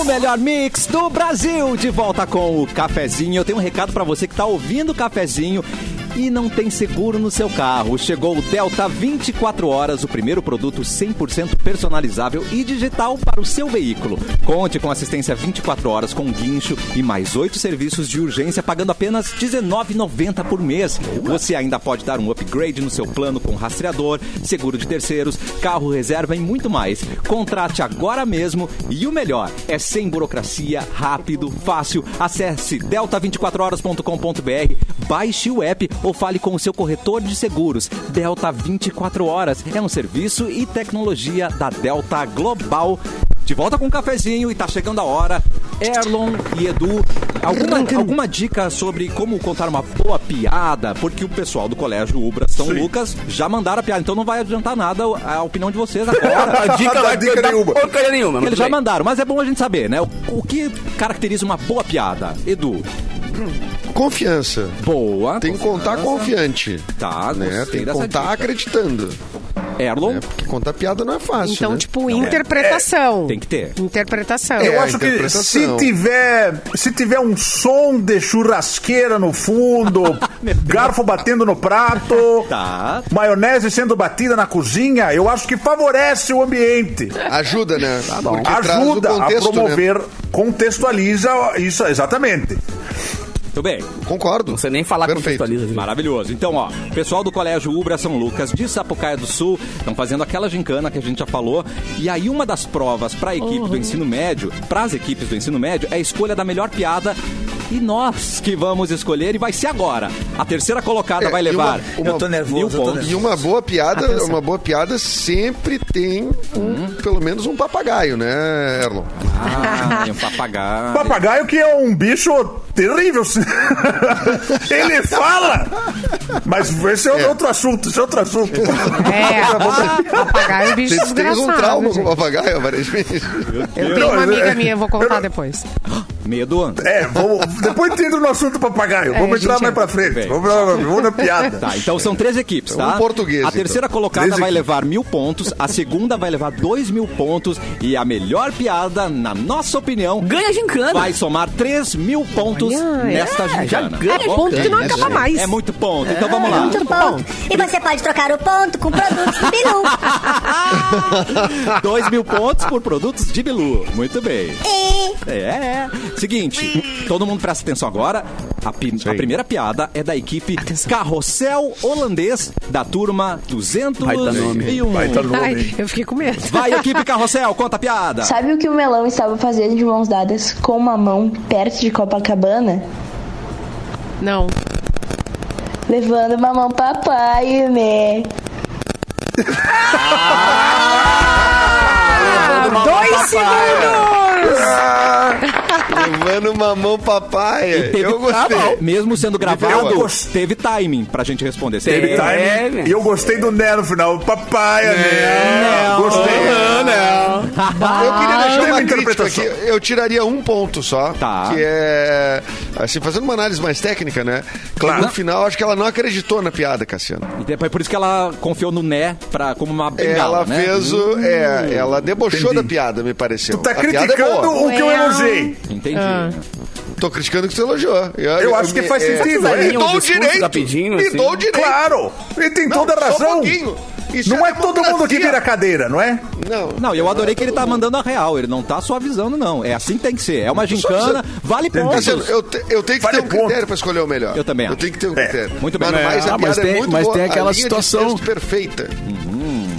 Speaker 1: O melhor mix do Brasil, de volta com o cafezinho. Eu tenho um recado pra você que tá ouvindo o cafezinho e não tem seguro no seu carro. Chegou o Delta 24 horas, o primeiro produto 100% personalizável e digital para o seu veículo. Conte com assistência 24 horas com guincho e mais oito serviços de urgência pagando apenas R$19,90 por mês. Você ainda pode dar um upgrade no seu plano com rastreador, seguro de terceiros, carro reserva e muito mais. Contrate agora mesmo e o melhor é sem burocracia, rápido, fácil. Acesse delta24horas.com.br, baixe o app ou fale com o seu corretor de seguros. Delta 24 Horas é um serviço e tecnologia da Delta Global. De volta com um cafezinho e tá chegando a hora. Erlon e Edu, alguma, alguma dica sobre como contar uma boa piada? Porque o pessoal do Colégio Ubra São Lucas já mandaram a piada, então não vai adiantar nada a opinião de vocês agora.
Speaker 6: A dica
Speaker 4: Ah, Dá
Speaker 6: vai
Speaker 4: dica
Speaker 6: ter dar
Speaker 4: nenhuma.
Speaker 6: porcaria nenhuma. mas
Speaker 1: Eles já
Speaker 6: tudo bem.
Speaker 1: mandaram, mas é bom a gente saber, né? O, o que caracteriza uma boa piada? Edu,
Speaker 7: Confiança.
Speaker 1: boa.
Speaker 7: Tem que contar confiante.
Speaker 1: Tá,
Speaker 7: Né?
Speaker 1: gostei
Speaker 7: Tem que
Speaker 1: dessa
Speaker 7: contar
Speaker 1: dica.
Speaker 7: acreditando.
Speaker 1: Erlon
Speaker 7: É, porque contar piada não é fácil.
Speaker 2: Então,
Speaker 7: né?
Speaker 2: tipo, interpretação.
Speaker 1: É, tem que ter.
Speaker 2: Interpretação.
Speaker 4: Eu
Speaker 7: É,
Speaker 4: acho que se
Speaker 7: interpretação.
Speaker 4: tiver, se tiver um som de churrasqueira no fundo, garfo batendo no prato,
Speaker 1: Tá.
Speaker 4: maionese sendo batida na cozinha, eu acho que favorece o ambiente.
Speaker 7: Ajuda, né?
Speaker 4: Tá
Speaker 7: Porque traz o
Speaker 4: Ajuda
Speaker 7: contexto, né?
Speaker 4: a promover, contextualiza isso, exatamente.
Speaker 1: Muito bem.
Speaker 7: né? Concordo.
Speaker 6: Não sei nem falar
Speaker 7: Perfeito.
Speaker 6: contextualiza. assim, demais.
Speaker 1: Maravilhoso. Então, ó, pessoal do Colégio Ubra São Lucas de Sapucaia do Sul estão fazendo aquela gincana que a gente já falou. E aí, uma das provas para a equipe do ensino médio, para as equipes do ensino médio, é a escolha da melhor piada. E nós que vamos escolher, e vai ser agora. A terceira colocada
Speaker 7: É,
Speaker 1: vai
Speaker 7: e
Speaker 1: levar.
Speaker 7: uma-
Speaker 1: mil
Speaker 5: eu tô nervoso, eu tô
Speaker 1: pontos.
Speaker 5: nervoso.
Speaker 7: E uma boa piada,
Speaker 2: Atenção.
Speaker 7: uma boa piada sempre tem um, pelo menos um papagaio, né, Erlon?
Speaker 1: Ah, tem um papagaio.
Speaker 4: Papagaio que é um bicho terrível. Ele fala! Mas esse é,
Speaker 7: É.
Speaker 4: outro assunto, esse é outro assunto.
Speaker 2: É, papagaio é um bicho
Speaker 7: Vocês têm
Speaker 2: desgraçado.
Speaker 7: um trauma
Speaker 2: gente.
Speaker 7: com o papagaio, aparentemente.
Speaker 2: Eu tenho uma
Speaker 4: Não,
Speaker 2: amiga
Speaker 4: é-
Speaker 2: minha, eu vou
Speaker 4: eu-
Speaker 2: contar depois.
Speaker 1: Medo.
Speaker 4: É, vamos, depois tu entra no assunto papagaio.
Speaker 2: É,
Speaker 4: vamos entrar
Speaker 2: gente,
Speaker 4: mais pra frente.
Speaker 1: bem.
Speaker 4: Vamos, vamos, vamos na piada.
Speaker 1: Tá, então são três equipes, tá?
Speaker 7: Um português,
Speaker 1: A
Speaker 7: então.
Speaker 1: terceira colocada
Speaker 4: Três
Speaker 1: vai
Speaker 4: equipes.
Speaker 1: levar mil pontos, a segunda vai levar dois mil pontos e a melhor piada, na nossa opinião,
Speaker 6: Ganha a gincana.
Speaker 1: vai somar três mil pontos
Speaker 2: Olha,
Speaker 1: nesta
Speaker 6: é, já
Speaker 1: gincana.
Speaker 6: ganha
Speaker 1: Tá bom?
Speaker 2: ponto que não acaba mais.
Speaker 1: É muito ponto. Então vamos lá.
Speaker 3: Muito ponto. E você pode trocar o ponto com produtos do Bilu.
Speaker 1: Dois mil pontos por produtos de Bilu. Muito bem.
Speaker 3: E
Speaker 1: É. Seguinte, todo mundo presta atenção agora. A, pi- a primeira piada é da equipe Carrossel Holandês da turma 201.
Speaker 4: Tá, então
Speaker 2: Ai, eu fiquei com medo.
Speaker 1: Vai, equipe Carrossel, conta a piada.
Speaker 10: Sabe o que o melão estava fazendo de mãos dadas com uma mão perto de Copacabana?
Speaker 2: Não.
Speaker 10: Levando mamão papai, né?
Speaker 2: dois segundos!
Speaker 7: Levando mamão papai.
Speaker 1: Teve- tá
Speaker 7: Eu gostei.
Speaker 1: Mesmo sendo gravado,
Speaker 7: Eu
Speaker 1: teve timing pra gente responder.
Speaker 6: Teve
Speaker 1: Teve
Speaker 6: timing.
Speaker 4: Tá,
Speaker 6: É,
Speaker 4: e-
Speaker 6: né?
Speaker 4: e eu gostei do Nero no final. Papai, né?
Speaker 1: Não.
Speaker 4: Gostei.
Speaker 7: Ah, né? Eu queria
Speaker 4: tem uma
Speaker 7: deixar uma crítica aqui.
Speaker 4: interpretação.
Speaker 7: Eu tiraria um ponto só.
Speaker 1: Tá.
Speaker 7: Que é. Assim, fazendo uma análise mais técnica, né?
Speaker 4: Claro.
Speaker 7: No final, acho que ela não acreditou na piada, Cassiano.
Speaker 1: E depois, é por isso que ela confiou no né pra, como uma bengala,
Speaker 7: Ela
Speaker 1: né?
Speaker 7: fez o. É, ela debochou
Speaker 4: Hum, Entendi.
Speaker 7: da piada, me pareceu.
Speaker 4: Tu tá
Speaker 7: A piada é
Speaker 4: criticando
Speaker 7: boa.
Speaker 4: o que eu
Speaker 2: Well.
Speaker 4: elogiei.
Speaker 1: Hum, Entendi.
Speaker 6: Ah.
Speaker 7: Tô criticando o que você elogiou.
Speaker 4: Eu acho que faz sentido,
Speaker 7: Me
Speaker 4: é.
Speaker 7: dou o
Speaker 6: Discurso
Speaker 7: direito.
Speaker 6: rapidinho,
Speaker 7: me
Speaker 6: assim.
Speaker 7: dou o direito.
Speaker 4: Claro! Ele tem
Speaker 7: Não,
Speaker 4: toda a
Speaker 7: só um
Speaker 4: razão.
Speaker 7: pouquinho. Isso
Speaker 4: não é todo mundo que
Speaker 7: democracia.
Speaker 4: vira cadeira, não é?
Speaker 7: Não.
Speaker 1: Não, eu adorei que ele tá
Speaker 7: todo mundo.
Speaker 1: mandando a real. Ele não tá suavizando, não. É assim que tem que ser. É uma gincana, vale pontos.
Speaker 7: Cassiano, eu, te- eu tenho que
Speaker 4: Vale
Speaker 7: ter um
Speaker 4: ponto.
Speaker 7: critério pra escolher o melhor.
Speaker 1: Eu também
Speaker 7: Eu
Speaker 1: acho.
Speaker 7: tenho que ter um
Speaker 4: É,
Speaker 7: critério.
Speaker 1: Muito bem.
Speaker 7: Mas, no mais, a
Speaker 8: Ah, mas
Speaker 7: piada é
Speaker 8: tem-
Speaker 7: muito
Speaker 8: mas
Speaker 7: boa,
Speaker 8: tem
Speaker 7: a
Speaker 8: aquela
Speaker 7: linha de
Speaker 8: situação-
Speaker 7: texto perfeita.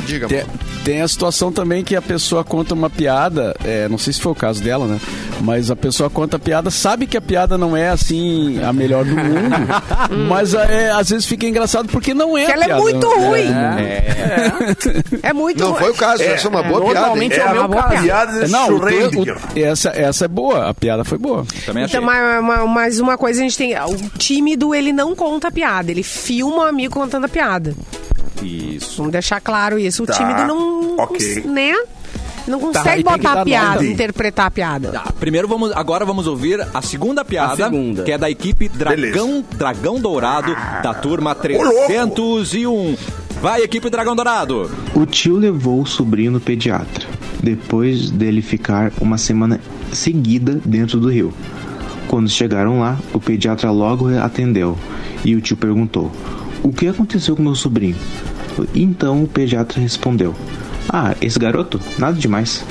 Speaker 7: Diga,
Speaker 8: Tem,
Speaker 7: amor.
Speaker 8: tem a situação também que a pessoa conta uma piada, é, não sei se foi o caso dela, né? Mas a pessoa conta a piada, sabe que a piada não é assim a melhor do mundo, mas é, às vezes fica engraçado porque não é.
Speaker 2: Que
Speaker 8: a
Speaker 2: ela é
Speaker 8: piada,
Speaker 2: muito
Speaker 8: né?
Speaker 2: ruim.
Speaker 1: É,
Speaker 2: É muito
Speaker 7: Não
Speaker 2: ruim.
Speaker 7: foi o caso, essa é uma boa piada. hein?
Speaker 6: Normalmente é, o
Speaker 4: a
Speaker 6: meu caso.
Speaker 4: piada de
Speaker 8: é, Não, o teu-
Speaker 4: Schrödinger.
Speaker 8: o- essa, essa é boa, a piada foi boa.
Speaker 1: também achei.
Speaker 2: Então, mas, mas- mas uma coisa a gente tem. O tímido, ele não conta piada. Ele filma o amigo contando a piada.
Speaker 1: Isso.
Speaker 2: Vamos deixar claro isso. O
Speaker 4: Tá,
Speaker 2: tímido não.
Speaker 4: ok.
Speaker 2: Né? Não
Speaker 8: Tá,
Speaker 2: consegue
Speaker 8: e tem que
Speaker 2: botar
Speaker 8: dar
Speaker 2: a piada,
Speaker 8: nota.
Speaker 2: interpretar a piada.
Speaker 1: Tá, primeiro vamos, agora vamos ouvir a segunda piada,
Speaker 6: A segunda.
Speaker 1: que é da equipe Dragão, Dragão Dourado,
Speaker 7: Ah,
Speaker 1: da turma 301. Vai, equipe Dragão Dourado.
Speaker 11: O tio levou o sobrinho no pediatra, depois dele ficar uma semana seguida dentro do rio. Quando chegaram lá, o pediatra logo atendeu e o tio perguntou: O que aconteceu com meu sobrinho? Então o pediatra respondeu: Ah, esse garoto, nada demais.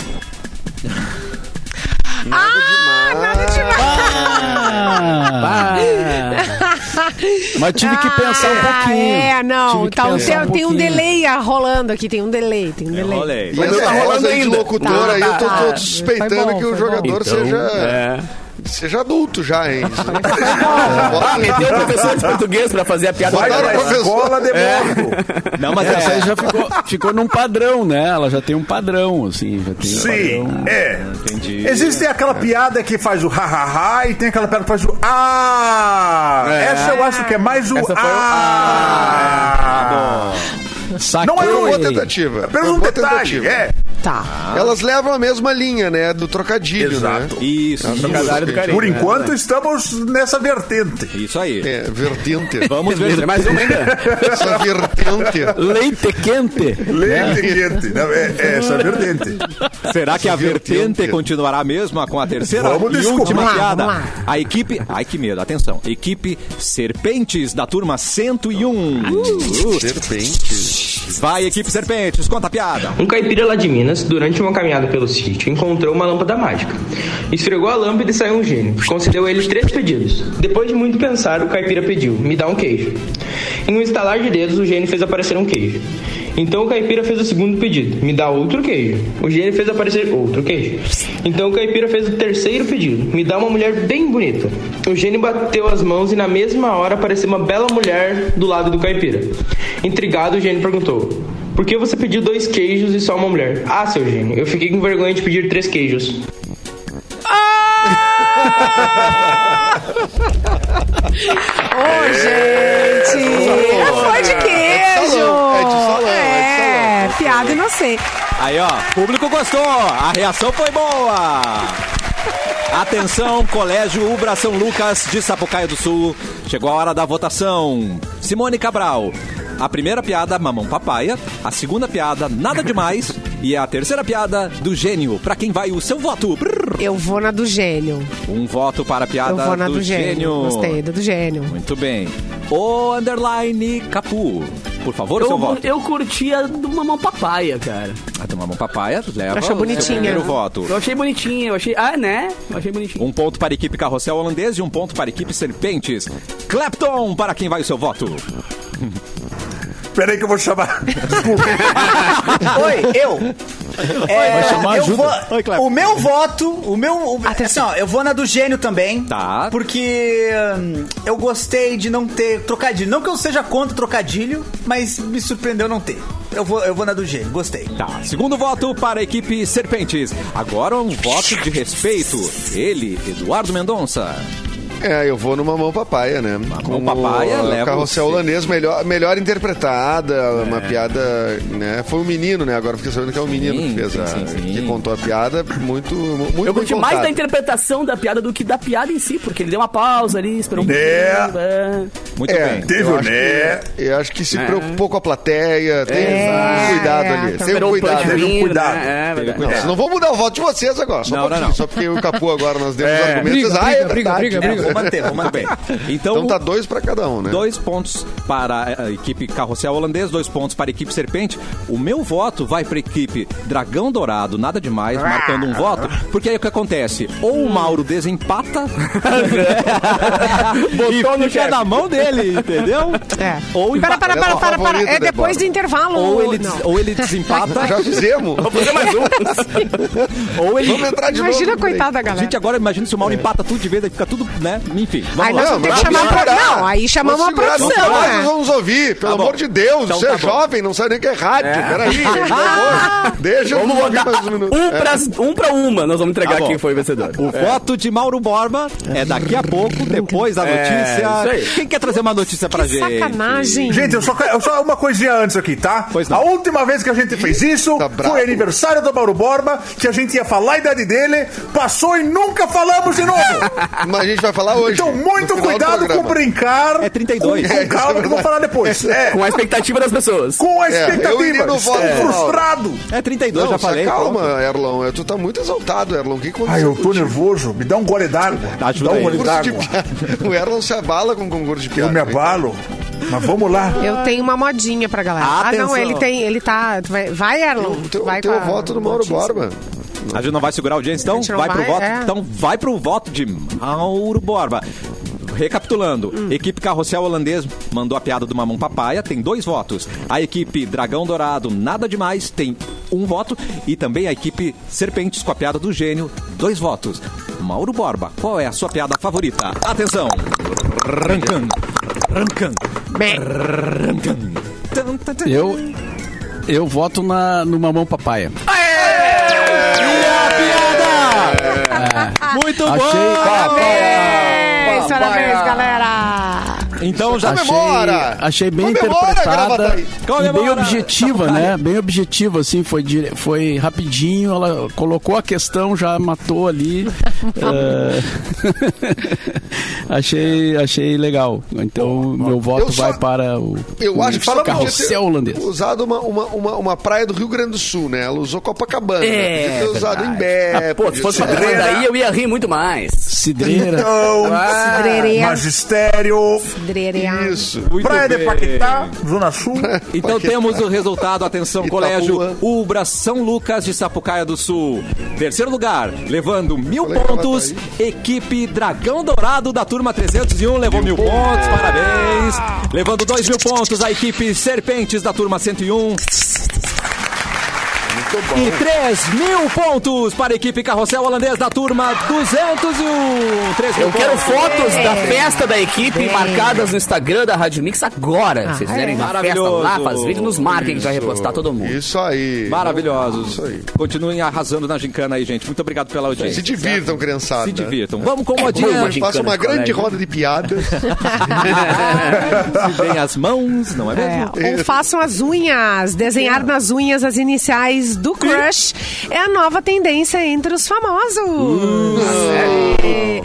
Speaker 8: Mas tive que pensar um
Speaker 2: Ah,
Speaker 8: pouquinho.
Speaker 2: É, não.
Speaker 8: Tive que
Speaker 2: Tá, um-
Speaker 8: pensar
Speaker 2: tem,
Speaker 8: um
Speaker 2: tem um
Speaker 8: pouquinho.
Speaker 2: delay ah, rolando aqui, tem um delay, tem um delay.
Speaker 1: É, Olha aí.
Speaker 7: E essa
Speaker 6: tá
Speaker 7: voz
Speaker 6: rolando
Speaker 7: aí é, de
Speaker 6: ainda.
Speaker 7: locutor
Speaker 2: Tá,
Speaker 7: aí, eu tô,
Speaker 2: tá.
Speaker 7: tô
Speaker 2: Foi
Speaker 7: suspeitando
Speaker 2: bom,
Speaker 7: que o
Speaker 2: foi bom.
Speaker 7: jogador seja,
Speaker 6: É.
Speaker 7: seja adulto já, hein?
Speaker 6: Ah, meteu o professor de português pra fazer a piada.
Speaker 7: Vai
Speaker 6: Vai,
Speaker 7: dar-
Speaker 6: vai,
Speaker 7: professor.
Speaker 4: é Escola de morro.
Speaker 1: Não, mas
Speaker 8: Essa aí
Speaker 1: é,
Speaker 8: já ficou, ficou num padrão, né? Ela já tem um padrão, assim. Já tem um
Speaker 4: Sim,
Speaker 8: padrão.
Speaker 4: é.
Speaker 1: entendi.
Speaker 4: Existe aquela piada que faz o ha-ha-ha e tem aquela piada que faz o é ah. Essa eu acho que é mais o
Speaker 6: Essa foi o
Speaker 4: ah.
Speaker 7: Não é uma tentativa.
Speaker 4: Apenas
Speaker 7: Foi
Speaker 4: um
Speaker 7: uma
Speaker 4: detalhe,
Speaker 7: tentativa.
Speaker 4: é.
Speaker 2: Tá.
Speaker 7: Elas levam a mesma linha, né? Do trocadilho,
Speaker 4: Exato.
Speaker 7: né? Isso.
Speaker 4: Por enquanto, estamos nessa vertente.
Speaker 1: Isso aí.
Speaker 7: É, vertente.
Speaker 1: Vamos ver.
Speaker 7: Mais
Speaker 1: uma
Speaker 7: ainda. Essa vertente.
Speaker 8: Leite quente.
Speaker 7: Né?
Speaker 4: Leite quente. Não, é, é essa
Speaker 7: Uhum.
Speaker 4: vertente.
Speaker 1: Será que a vertente
Speaker 7: vertente.
Speaker 1: continuará a mesma com a terceira
Speaker 4: Vamos
Speaker 1: e
Speaker 4: descobrir.
Speaker 1: última
Speaker 4: Vamos lá,
Speaker 1: piada?
Speaker 4: vamos lá.
Speaker 1: A equipe. Ai, que medo, atenção. Equipe Serpentes da turma 101. Serpentes. Vai, equipe Serpentes, conta a piada.
Speaker 12: Um caipira lá de Minas, durante uma caminhada pelo sítio, encontrou uma lâmpada mágica. Esfregou a lâmpada e saiu um gênio. Concedeu a ele três pedidos. Depois de muito pensar, o caipira pediu: Me dá um queijo. Em um estalar de dedos, o gênio fez aparecer um queijo. Então o caipira fez o segundo pedido: Me dá outro queijo. O gênio fez aparecer outro queijo. Então o caipira fez o terceiro pedido: Me dá uma mulher bem bonita. O gênio bateu as mãos e na mesma hora apareceu uma bela mulher do lado do caipira. Intrigado, o gênio perguntou: por que você pediu dois queijos e só uma mulher? Ah, seu gênio, eu fiquei com vergonha de pedir três queijos.
Speaker 2: Ô, gente!
Speaker 1: Ah, É salão,
Speaker 2: Foi de
Speaker 1: né?
Speaker 2: queijo!
Speaker 1: É de salão, é de salão, é
Speaker 2: É, piada inocente.
Speaker 1: Aí, ó, público gostou, a reação foi boa. Atenção, Colégio Ubra São Lucas de Sapucaia do Sul. Chegou a hora da votação. Simone Cabral. A primeira piada, mamão papaya. A segunda piada, nada demais. E a terceira piada, do gênio. Pra quem vai o seu voto? Brrr.
Speaker 2: Eu vou na do gênio.
Speaker 1: Um voto para a piada
Speaker 2: Eu vou na do, gênio. Gostei, da do gênio.
Speaker 1: Muito bem. O underline Capu. Por favor, seu
Speaker 6: Eu,
Speaker 1: voto. Ah,
Speaker 6: eu curtia do Mamão Papaya, cara.
Speaker 1: A tua mamão papaya leva
Speaker 6: Eu achei
Speaker 1: o seu
Speaker 6: bonitinha.
Speaker 1: primeiro voto.
Speaker 6: Eu achei bonitinho, eu achei. Ah, né? Eu achei bonitinho.
Speaker 1: Um ponto para a equipe Carrossel Holandês e um ponto para a equipe Serpentes. Clapton, para quem vai o seu voto?
Speaker 4: Peraí que eu vou chamar.
Speaker 5: Oi, eu. É,
Speaker 1: Vai chamar
Speaker 5: eu
Speaker 1: ajuda.
Speaker 5: vou-
Speaker 1: Oi, Cleber.
Speaker 5: o meu voto, o meu. o- assim, ó, eu vou na do gênio também.
Speaker 1: Tá.
Speaker 5: Porque hum, eu gostei de não ter trocadilho. Não que eu seja contra o trocadilho, mas me surpreendeu não ter. Eu vou, eu vou na do gênio, gostei.
Speaker 1: Tá, segundo voto para a equipe Serpentes. Agora um voto de respeito. Ele, Eduardo Mendonça.
Speaker 7: É, eu vou no Mamão Papaya, né? Mamão
Speaker 1: Papaya leva o
Speaker 7: Carrossel
Speaker 1: sim.
Speaker 7: holandês, melhor, melhor interpretada, uma
Speaker 4: É.
Speaker 7: piada, né? Foi um menino, né? Agora fiquei sabendo que é um menino que fez a, que contou a piada, muito, muito
Speaker 6: Eu
Speaker 7: bem
Speaker 6: curti mais da
Speaker 7: contada.
Speaker 6: interpretação da piada do que da piada em si, porque ele deu uma pausa ali, esperou um
Speaker 7: Né?
Speaker 6: pouquinho, é.
Speaker 1: Muito
Speaker 7: é,
Speaker 1: bem.
Speaker 7: eu
Speaker 1: Eu
Speaker 7: acho
Speaker 4: né?
Speaker 7: que- Eu acho que se preocupou com a plateia, tem
Speaker 4: É,
Speaker 7: um cuidado ali. Tem um
Speaker 6: Esperou o
Speaker 7: cuidado.
Speaker 6: plot
Speaker 7: Teve um
Speaker 6: vir,
Speaker 7: cuidado.
Speaker 6: né? É,
Speaker 7: Teve um
Speaker 6: verdade.
Speaker 7: cuidado. Senão vou mudar o voto de vocês agora.
Speaker 1: Não,
Speaker 7: Só, um
Speaker 1: não,
Speaker 7: pouquinho,
Speaker 1: não.
Speaker 7: só porque o Capu agora nós demos
Speaker 4: É.
Speaker 7: os argumentos.
Speaker 4: Briga,
Speaker 7: ah, é
Speaker 4: briga, briga,
Speaker 7: verdade.
Speaker 4: briga,
Speaker 5: briga.
Speaker 7: Vou manter, vou
Speaker 1: Muito
Speaker 7: manter.
Speaker 1: bem. Então,
Speaker 7: Então tá dois pra cada um, né?
Speaker 1: dois pontos para eh, a equipe Carrossel Holandês, dois pontos para a equipe Serpente. O meu voto vai para a equipe Dragão Dourado, nada demais, marcando um voto. Porque aí o que acontece? Ou o Mauro desempata
Speaker 6: Botou
Speaker 1: e
Speaker 6: no
Speaker 1: fica
Speaker 6: cheque.
Speaker 1: na mão dele, entendeu?
Speaker 2: É.
Speaker 1: Ou
Speaker 2: Para, para,
Speaker 1: empata-
Speaker 2: para, para, para.
Speaker 7: favorito,
Speaker 2: É
Speaker 7: né,
Speaker 2: depois
Speaker 7: Bárbara?
Speaker 2: do intervalo.
Speaker 1: Ou ele,
Speaker 2: Não.
Speaker 1: des- ou ele desempata,
Speaker 7: Já fizemos.
Speaker 1: ou ele.
Speaker 7: Vamos entrar de novo.
Speaker 2: Imagina,
Speaker 7: peraí.
Speaker 2: coitada da galera.
Speaker 1: Gente, agora imagina se o Mauro empata tudo de vez, aí fica tudo, né? Enfim, vamos
Speaker 2: Aí
Speaker 1: lá.
Speaker 2: nós
Speaker 7: Não,
Speaker 2: vamos ter
Speaker 7: mas
Speaker 2: que
Speaker 7: vamos
Speaker 2: chamar a pro...
Speaker 7: segurar.
Speaker 2: Não, aí chamamos uma
Speaker 7: Vamos segurar,
Speaker 2: produção,
Speaker 7: não fala, nós
Speaker 2: né?
Speaker 7: vamos ouvir, pelo
Speaker 1: Tá bom.
Speaker 7: amor de Deus.
Speaker 1: Então
Speaker 7: você
Speaker 1: tá
Speaker 7: é
Speaker 1: bom.
Speaker 7: jovem, não sabe nem o que é rádio. Peraí, por favor. Deixa
Speaker 6: Vamos
Speaker 7: eu ouvir
Speaker 6: botar
Speaker 7: mais um minuto.
Speaker 6: um
Speaker 7: É.
Speaker 6: pra, um pra uma, nós vamos entregar
Speaker 1: Tá bom.
Speaker 6: quem foi o vencedor.
Speaker 1: O voto de Mauro Borba é daqui a pouco, depois da notícia.
Speaker 6: isso aí.
Speaker 1: Quem quer trazer uma notícia pra gente?
Speaker 2: Sacanagem.
Speaker 4: Gente, eu só, eu só uma coisinha antes aqui, tá?
Speaker 1: Pois não.
Speaker 4: a última vez que a gente fez isso
Speaker 7: Tá bravo.
Speaker 4: foi aniversário do Mauro Borba, que a gente ia falar a idade dele, passou e nunca falamos de novo.
Speaker 7: É, Mas a gente vai falar hoje.
Speaker 4: então, muito
Speaker 7: no final do
Speaker 4: cuidado com
Speaker 7: programa.
Speaker 4: brincar.
Speaker 1: É 32.
Speaker 4: Com,
Speaker 7: É,
Speaker 4: com
Speaker 7: isso é
Speaker 4: calma, que eu vou
Speaker 7: verdade.
Speaker 4: falar depois. É,
Speaker 6: Com a expectativa das pessoas.
Speaker 4: com a
Speaker 7: É, eu iria
Speaker 4: expectativa.
Speaker 7: no
Speaker 4: Estou
Speaker 7: voto, é.
Speaker 4: frustrado.
Speaker 1: É 32,
Speaker 7: Não,
Speaker 1: já falei.
Speaker 7: calma,
Speaker 1: pronto.
Speaker 7: Erlon. Eu- Tu tá muito exaltado, Erlon. O que aconteceu?
Speaker 4: Ai, eu tô
Speaker 7: contigo?
Speaker 4: nervoso. Me dá um gole d'água.
Speaker 1: Tá,
Speaker 4: Me
Speaker 1: ajuda
Speaker 4: dá um
Speaker 1: aí.
Speaker 4: gole
Speaker 7: Concurso de
Speaker 4: d'água.
Speaker 7: piada. O Erlon se abala com concurso de piada.
Speaker 4: Eu me abalo. Mas vamos lá.
Speaker 2: Eu tenho uma modinha pra galera. Ah,
Speaker 1: Atenção. um-
Speaker 2: não, ele tem, ele tá... tu Vai, vai Erlon.
Speaker 7: O teu,
Speaker 2: vai
Speaker 7: teu
Speaker 2: com a
Speaker 7: voto no Mauro
Speaker 2: notícia.
Speaker 7: Borba.
Speaker 1: A gente não vai segurar a audiência, então
Speaker 2: A gente não
Speaker 1: vai, pro
Speaker 2: vai,
Speaker 1: voto.
Speaker 2: é.
Speaker 1: Então vai pro voto de Mauro Borba. Recapitulando,
Speaker 2: Hum.
Speaker 1: equipe Carrossel Holandês mandou a piada do Mamão Papaya, tem dois votos. A equipe Dragão Dourado, nada demais, tem um voto. E também a equipe Serpentes com a piada do Gênio, dois votos. Mauro Borba, qual é a sua piada favorita? Atenção! Rancan, rancan,
Speaker 2: Bem,
Speaker 1: rancan. Tan, tan, tan.
Speaker 8: Eu, eu voto na, no Mamão Papaya.
Speaker 1: Muito
Speaker 8: Achei-
Speaker 1: bom!
Speaker 7: É.
Speaker 8: É.
Speaker 2: parabéns, parabéns, galera.
Speaker 8: Então
Speaker 7: já- Comemora!
Speaker 8: Achei bem
Speaker 7: Comemora,
Speaker 8: interpretada
Speaker 7: Gravataí!
Speaker 8: e bem
Speaker 7: Comemora!
Speaker 8: objetiva, né? Bem objetiva, assim, foi, dire- foi rapidinho, ela colocou a questão, já matou ali. Eh, achei, achei legal. Então, meu voto
Speaker 7: Eu só-
Speaker 8: vai para o,
Speaker 7: Eu
Speaker 6: Hum,
Speaker 8: o
Speaker 7: acho que só podia ter
Speaker 8: carrossel holandês.
Speaker 7: usado uma, uma, uma, uma praia do Rio Grande do Sul, né? Ela usou Copacabana. né?
Speaker 6: É,
Speaker 7: podia ter usado
Speaker 6: verdade.
Speaker 7: em Bé.
Speaker 6: Ah, pô, se fosse pra Tramandaí, eu ia rir muito mais.
Speaker 8: Cidreira.
Speaker 4: Então,
Speaker 6: Ah,
Speaker 2: Cidreira.
Speaker 4: magistério,
Speaker 2: Drerear.
Speaker 7: Isso.
Speaker 1: Muito
Speaker 4: praia de
Speaker 1: bem.
Speaker 4: Paquetá, Zona Sul.
Speaker 1: Então
Speaker 7: Paquetá.
Speaker 1: temos o resultado, atenção,
Speaker 7: Itaúa.
Speaker 1: colégio Ubra São Lucas de Sapucaia do Sul. Terceiro lugar, levando mil
Speaker 7: Falei que ela
Speaker 1: pontos.
Speaker 7: tá
Speaker 1: Equipe Dragão Dourado da turma 301 levou mil, pontos, parabéns. Levando dois mil pontos, a equipe Serpentes da turma 101.
Speaker 7: Muito
Speaker 1: E
Speaker 7: bom.
Speaker 1: 3 mil pontos para a equipe Carrossel Holandês da turma 201. 3 mil
Speaker 6: Eu quero
Speaker 1: pontos.
Speaker 6: fotos da festa da equipe marcadas no Instagram da Rádio Mix agora. Se vocês fizerem
Speaker 1: é.
Speaker 6: uma festa lá,
Speaker 1: Maravilhoso.
Speaker 6: faz vídeo, nos marquem Ah, que a gente vai repostar todo mundo.
Speaker 7: Isso aí.
Speaker 1: Maravilhosos.
Speaker 7: Isso aí.
Speaker 1: Continuem arrasando na gincana aí, gente. Muito obrigado pela
Speaker 7: Se
Speaker 6: É,
Speaker 1: audiência.
Speaker 7: divirtam,
Speaker 4: Ah,
Speaker 7: criançada.
Speaker 4: né?
Speaker 1: Se divirtam. Vamos com
Speaker 6: Boa
Speaker 1: uma dica.
Speaker 6: gincana
Speaker 7: Faça uma
Speaker 6: de
Speaker 7: grande
Speaker 6: colégio.
Speaker 7: roda de piadas.
Speaker 1: Se bem as mãos, não é mesmo?
Speaker 2: É, ou façam as unhas. Desenhar nas unhas as iniciais do crush é a nova tendência entre os famosos.
Speaker 7: Uh.
Speaker 2: É.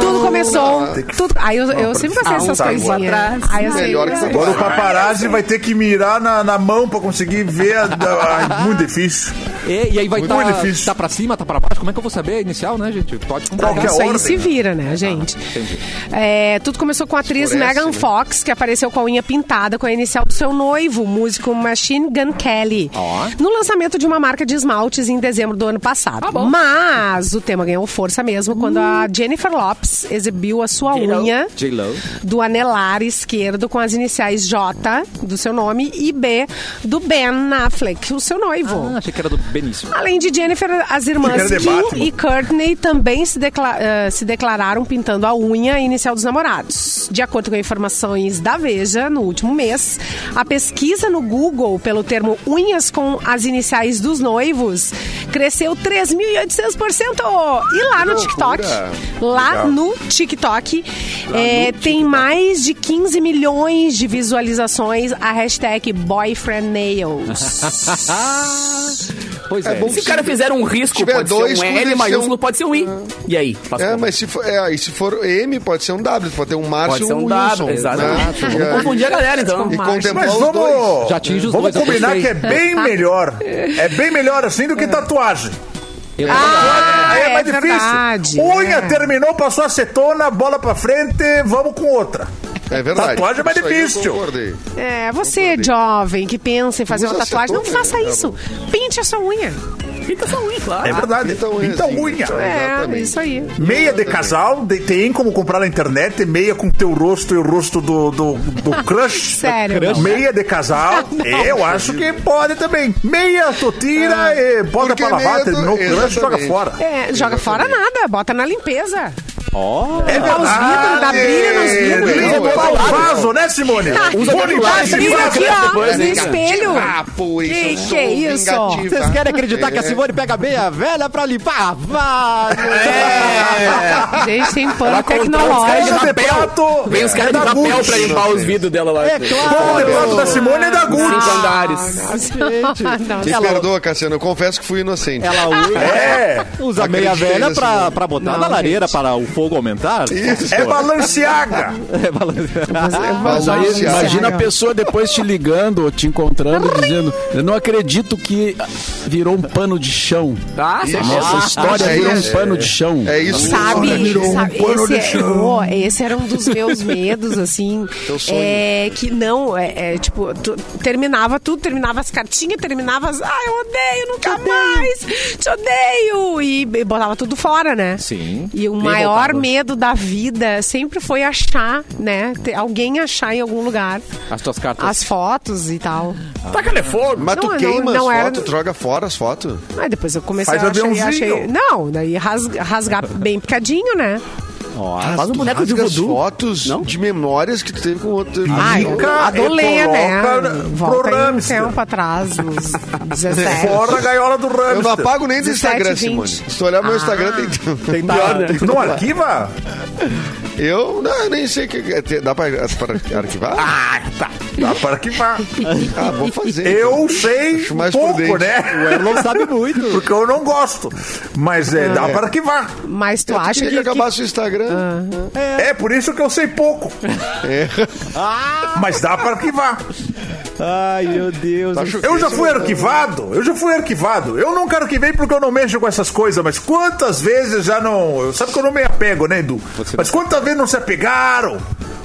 Speaker 2: Tudo começou. Tudo, aí eu, eu sempre passei essas
Speaker 4: tá,
Speaker 2: coisinhas. Aí eu sei.
Speaker 7: um Melhor que você
Speaker 4: Agora o paparazzi vai ter que mirar na, na mão pra conseguir ver. A, a- ai, muito difícil.
Speaker 1: E, e aí vai
Speaker 4: Muito
Speaker 1: estar tá,
Speaker 4: difícil.
Speaker 1: tá pra cima, tá pra baixo? Como é que eu vou saber a inicial, né, gente? Pode complicar.
Speaker 4: Qualquer
Speaker 2: Então, Isso aí
Speaker 4: ordem,
Speaker 2: se
Speaker 4: né?
Speaker 2: vira, né, gente? É, tudo começou com a atriz
Speaker 7: Escurece,
Speaker 2: Megan
Speaker 7: né?
Speaker 2: Fox, que apareceu com a unha pintada com a inicial do seu noivo, o músico Machine Gun Kelly, no lançamento de uma marca de esmaltes em dezembro do ano passado. Mas o tema ganhou força mesmo quando a Jennifer Lopes exibiu a sua unha
Speaker 1: J-Lo.
Speaker 2: do anelar esquerdo com as iniciais J do seu nome e B do Ben Affleck, o seu noivo.
Speaker 1: Ah, achei que era do Benício.
Speaker 2: Além de Jennifer, as
Speaker 4: Quero
Speaker 2: irmãs
Speaker 4: de Batman.
Speaker 2: Kim e Courtney também se, decla- eh, se declararam pintando a unha inicial dos namorados. De acordo com informações da Veja, no último mês, a pesquisa no Google pelo termo unhas com as iniciais dos noivos cresceu 3.800%. E lá no TikTok, lá no TikTok, eh, tem mais de 15 milhões de visualizações a hashtag BoyfriendNails.
Speaker 1: Pois é.
Speaker 7: bom
Speaker 6: Se o cara fizer um risco,
Speaker 7: tiver
Speaker 6: pode
Speaker 7: dois,
Speaker 6: ser um
Speaker 7: cuida de
Speaker 6: L
Speaker 7: ser
Speaker 6: maiúsculo,
Speaker 7: um-
Speaker 6: pode ser um I. E aí? Faço
Speaker 7: É,
Speaker 6: como?
Speaker 7: mas se for, é, e se for M, pode ser um W, pode ter um Márcio
Speaker 6: Pode ser
Speaker 7: ou
Speaker 6: um
Speaker 7: um
Speaker 6: W,
Speaker 7: Wilson.
Speaker 6: exatamente.
Speaker 7: né?
Speaker 6: Vamos confundir a galera, então.
Speaker 7: E contemplar
Speaker 4: Mas
Speaker 7: os dois.
Speaker 4: vamos.
Speaker 1: Já atinge os
Speaker 4: vamos
Speaker 1: dois, eu
Speaker 4: combinar
Speaker 1: gostei.
Speaker 4: que é bem melhor. É bem melhor assim do que tatuagem.
Speaker 2: Ah,
Speaker 4: Aí
Speaker 2: é,
Speaker 4: é, mais
Speaker 2: verdade.
Speaker 4: difícil. Unha
Speaker 2: é.
Speaker 4: terminou, passou acetona, bola pra frente, vamos com outra.
Speaker 7: É verdade.
Speaker 6: Tá,
Speaker 4: Tatuagem é mais
Speaker 7: Isso aí eu
Speaker 4: difícil.
Speaker 7: concordei.
Speaker 2: É, você jovem que pensa em fazer
Speaker 7: Usa
Speaker 2: uma tatuagem, não
Speaker 7: acetona,
Speaker 2: faça
Speaker 7: né?
Speaker 2: isso. Pinte a sua unha.
Speaker 6: Fica só um I, claro.
Speaker 4: É verdade.
Speaker 7: Então,
Speaker 4: Então,
Speaker 7: é assim.
Speaker 4: unha.
Speaker 7: Então,
Speaker 2: É,
Speaker 7: Exatamente.
Speaker 2: isso aí.
Speaker 4: Meia de casal, de- tem como comprar na internet, meia com teu rosto e o rosto do, do, do crush.
Speaker 2: Sério. Ah, Crush?
Speaker 4: Meia de casal, eu acho que pode também. Meia, tu tira e bota
Speaker 7: Ah, Porque
Speaker 4: pra lavar,
Speaker 7: meia tu-
Speaker 4: terminou o crush,
Speaker 7: Exatamente.
Speaker 4: joga fora.
Speaker 2: É, joga fora nada, bota na limpeza.
Speaker 1: Ó.
Speaker 4: É
Speaker 2: os vidros, dá brilho nos vidros. né,
Speaker 7: Não, é
Speaker 4: Limpar o
Speaker 7: verdade.
Speaker 4: vaso, né, Simone?
Speaker 6: Usa
Speaker 4: Vou limpar
Speaker 6: tatuagem,
Speaker 4: esse
Speaker 2: Brilho
Speaker 4: vaso.
Speaker 2: aqui, ó, no
Speaker 6: né, cara?
Speaker 2: espelho.
Speaker 7: Papo,
Speaker 2: Que
Speaker 7: isso.
Speaker 2: que
Speaker 4: um
Speaker 2: é isso?
Speaker 1: Vocês querem acreditar
Speaker 4: É.
Speaker 7: É.
Speaker 1: que a Simone pega meia velha pra limpar? Vá!
Speaker 4: É.
Speaker 2: Gente, tem um pano
Speaker 4: Os caras
Speaker 2: tecnológico.
Speaker 4: de prato. é
Speaker 6: Vem os caras de
Speaker 4: da
Speaker 6: papel
Speaker 4: Gucci.
Speaker 6: pra limpar os vidros dela lá. É
Speaker 4: Bom, de prato da Simone é da
Speaker 6: Cinco
Speaker 4: Gucci.
Speaker 6: andares.
Speaker 2: Não, tá
Speaker 7: Me perdoa, Cassiano, eu confesso que fui inocente.
Speaker 1: Ela usa,
Speaker 4: É.
Speaker 1: usa meia
Speaker 7: Acreditei
Speaker 1: velha
Speaker 7: nesse
Speaker 1: pra,
Speaker 7: momento.
Speaker 1: pra botar
Speaker 2: Não,
Speaker 1: na lareira para o fogo aumentar?
Speaker 7: Isso.
Speaker 4: É Balenciaga.
Speaker 1: É balanceado.
Speaker 7: Mas aí,
Speaker 2: Nossa,
Speaker 7: imagina
Speaker 8: Imagina a
Speaker 2: cara.
Speaker 8: pessoa depois te ligando ou te encontrando dizendo: Eu não acredito que virou um pano de chão.
Speaker 6: Tá?
Speaker 7: Isso.
Speaker 8: Nossa
Speaker 7: Ah,
Speaker 8: história
Speaker 7: é
Speaker 8: virou um
Speaker 7: isso.
Speaker 8: pano de chão.
Speaker 7: É isso.
Speaker 4: Olha,
Speaker 2: Sabe,
Speaker 4: virou um
Speaker 2: sabe,
Speaker 4: pano
Speaker 2: esse,
Speaker 4: de
Speaker 2: é-
Speaker 4: chão.
Speaker 2: ó, esse era um dos meus medos, assim.
Speaker 7: Teu sonho.
Speaker 2: É, que não, é, é, tipo, tu- terminava tudo, terminava as cartinhas, terminava as. Ah, eu odeio, nunca mais! Te odeio! E, e botava tudo fora, né?
Speaker 1: Sim.
Speaker 2: E o
Speaker 1: E
Speaker 2: maior
Speaker 1: voltava.
Speaker 2: medo da vida sempre foi achar, né? Ter alguém achar em algum lugar
Speaker 1: As tuas cartas.
Speaker 2: as fotos e tal.
Speaker 6: Taca fogo.
Speaker 7: Mas tu
Speaker 2: Não, não-
Speaker 7: queima
Speaker 2: não
Speaker 7: as
Speaker 2: era-
Speaker 7: fotos, joga fora as fotos.
Speaker 2: Aí depois eu comecei
Speaker 4: Faz
Speaker 2: a achar, e
Speaker 4: aviãozinho.
Speaker 2: achei. Não, daí rasga- rasgar bem picadinho, né?
Speaker 1: Ó,
Speaker 6: Faz um
Speaker 7: Tu
Speaker 6: boneco de
Speaker 7: rasga as
Speaker 6: voodoo.
Speaker 7: fotos de memórias que tu teve com outro.
Speaker 2: Ah,
Speaker 7: Não,
Speaker 2: eu
Speaker 6: é
Speaker 4: Fica e
Speaker 2: adolei, né?
Speaker 4: coloca
Speaker 2: Volta aí
Speaker 4: pro
Speaker 2: um
Speaker 4: hamster.
Speaker 2: tempo atrás, uns
Speaker 6: É.
Speaker 2: 17.
Speaker 4: Fora a gaiola do
Speaker 7: eu não
Speaker 4: hamster.
Speaker 7: apago nem do
Speaker 2: 17,
Speaker 7: Instagram,
Speaker 2: 20.
Speaker 7: né? Simone. Se tu olhar meu Instagram, tem.
Speaker 1: tem
Speaker 4: Tu não arquiva?
Speaker 7: Eu não, nem sei o que. te- Dá pra, pra arquivar? Ah, tá.
Speaker 4: Dá pra arquivar.
Speaker 7: Ah, vou fazer.
Speaker 4: Eu
Speaker 7: então.
Speaker 4: sei
Speaker 7: Acho mais
Speaker 4: pouco,
Speaker 7: prudente.
Speaker 4: né?
Speaker 7: O Erlon sabe
Speaker 1: muito.
Speaker 4: Porque eu não gosto. Mas é, dá
Speaker 7: É.
Speaker 4: para arquivar.
Speaker 2: Mas tu
Speaker 7: Eu
Speaker 2: acha
Speaker 7: queria
Speaker 2: que. Ah.
Speaker 7: que acabasse o Instagram.
Speaker 4: É. por isso que eu sei pouco. Ah!
Speaker 7: É.
Speaker 4: Mas dá para arquivar.
Speaker 1: Ai, meu
Speaker 7: Tá
Speaker 1: Deus. do
Speaker 4: Eu já
Speaker 1: céu.
Speaker 4: fui arquivado, eu já fui arquivado. Eu nunca arquivei porque eu não mexo com essas coisas, mas quantas vezes já não. eu- Sabe que eu não me apego, né, Edu? Mas quantas vezes não se apegaram,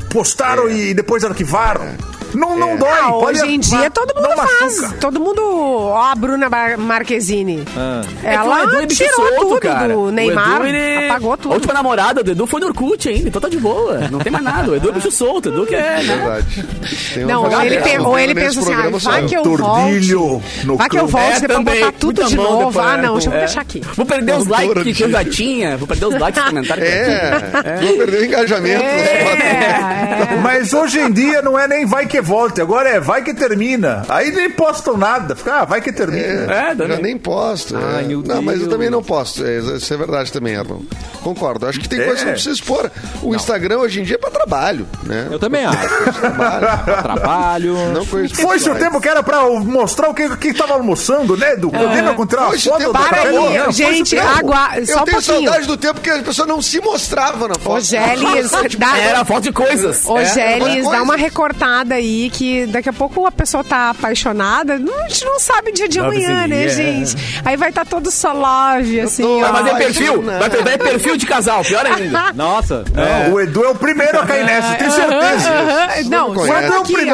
Speaker 4: postaram
Speaker 7: É.
Speaker 4: e depois arquivaram? Não, não dói.
Speaker 2: Ah,
Speaker 4: pode
Speaker 2: hoje em
Speaker 4: arquivar,
Speaker 2: dia todo
Speaker 4: não
Speaker 2: mundo
Speaker 4: machuca.
Speaker 2: faz. Todo mundo. Ó, a Bruna Mar- Marquezine.
Speaker 1: Ah.
Speaker 2: Ela
Speaker 6: Edu é bicho
Speaker 2: tirou
Speaker 6: solto,
Speaker 2: tudo
Speaker 6: cara.
Speaker 2: do Neymar.
Speaker 6: O Edu, ele-
Speaker 2: Apagou
Speaker 6: A
Speaker 2: tudo.
Speaker 6: última namorada do Edu foi no Orkut ainda, então tá de boa. Não tem mais nada. O Edu é bicho solto. O Edu que é. né?
Speaker 7: Verdade. Tem uma
Speaker 2: Não, ou ele,
Speaker 7: galera
Speaker 2: pe- ou ele
Speaker 7: nesse
Speaker 2: pensa assim,
Speaker 7: programa
Speaker 2: ah,
Speaker 7: só
Speaker 2: vai
Speaker 7: eu.
Speaker 2: que eu volte.
Speaker 4: Tordilho no
Speaker 2: Vai que eu
Speaker 4: canto.
Speaker 2: volto, depois
Speaker 6: também.
Speaker 2: botar tudo
Speaker 6: Muita
Speaker 2: de
Speaker 6: mão
Speaker 2: novo.
Speaker 6: depois,
Speaker 2: ah,
Speaker 6: né?
Speaker 2: não, deixa eu
Speaker 6: É.
Speaker 2: deixar aqui.
Speaker 6: Vou perder os
Speaker 7: Doutora
Speaker 6: likes que eu já
Speaker 7: Tordilho.
Speaker 6: tinha. Vou perder os likes dos comentários. que eu já tinha.
Speaker 7: É, vou perder o engajamento.
Speaker 2: É.
Speaker 4: Mas hoje em dia não é nem vai que volta, agora é vai que termina. Aí nem postam nada. Fica, ah, vai que termina.
Speaker 6: É,
Speaker 7: Eu
Speaker 6: também.
Speaker 7: nem posto.
Speaker 1: Ai,
Speaker 2: Ah,
Speaker 7: é.
Speaker 1: meu
Speaker 7: não, mas eu
Speaker 1: Deus.
Speaker 7: também não posto. É, isso é verdade também, Erlon. Concordo. Acho que tem
Speaker 4: É.
Speaker 7: coisa que não precisa expor. O Instagram hoje em dia é pra trabalho, né?
Speaker 1: Eu também acho.
Speaker 7: Trabalho.
Speaker 1: Trabalho.
Speaker 7: Não coisas
Speaker 4: Foi se o
Speaker 7: pessoais.
Speaker 4: tempo que era pra mostrar o que, que tava almoçando, né, Edu? Lembra encontrar uma
Speaker 7: Foi-se o
Speaker 4: foto
Speaker 7: tempo.
Speaker 4: da
Speaker 2: Para
Speaker 4: Carol,
Speaker 2: aí,
Speaker 4: né? Foi-se o
Speaker 2: É. gente,
Speaker 4: tempo.
Speaker 2: agua- só
Speaker 7: eu
Speaker 2: um
Speaker 7: tenho
Speaker 2: pouquinho.
Speaker 7: saudade do tempo que a pessoa não se mostrava na foto.
Speaker 2: Ô, Gélis, dá...
Speaker 6: Era foto de coisas.
Speaker 2: Ô,
Speaker 6: É.
Speaker 2: Gélis,
Speaker 7: coisa.
Speaker 2: dá uma recortada aí, que daqui a pouco a pessoa tá apaixonada. não- A gente não sabe o dia de
Speaker 6: Love
Speaker 2: amanhã,
Speaker 6: is
Speaker 2: né,
Speaker 6: in the air.
Speaker 2: gente? Aí vai estar tá todo solove, assim,
Speaker 7: tô-
Speaker 6: Vai
Speaker 2: ó.
Speaker 6: fazer
Speaker 7: Ah,
Speaker 6: perfil.
Speaker 7: isso não.
Speaker 6: Vai perder perfil de casal. Pior ainda.
Speaker 1: Nossa.
Speaker 4: Não, o Edu é o primeiro a cair nessa,
Speaker 2: É.
Speaker 4: tenho certeza.
Speaker 2: Aham, Não,
Speaker 7: Não
Speaker 2: só
Speaker 7: conhece. é
Speaker 2: um pouquinho,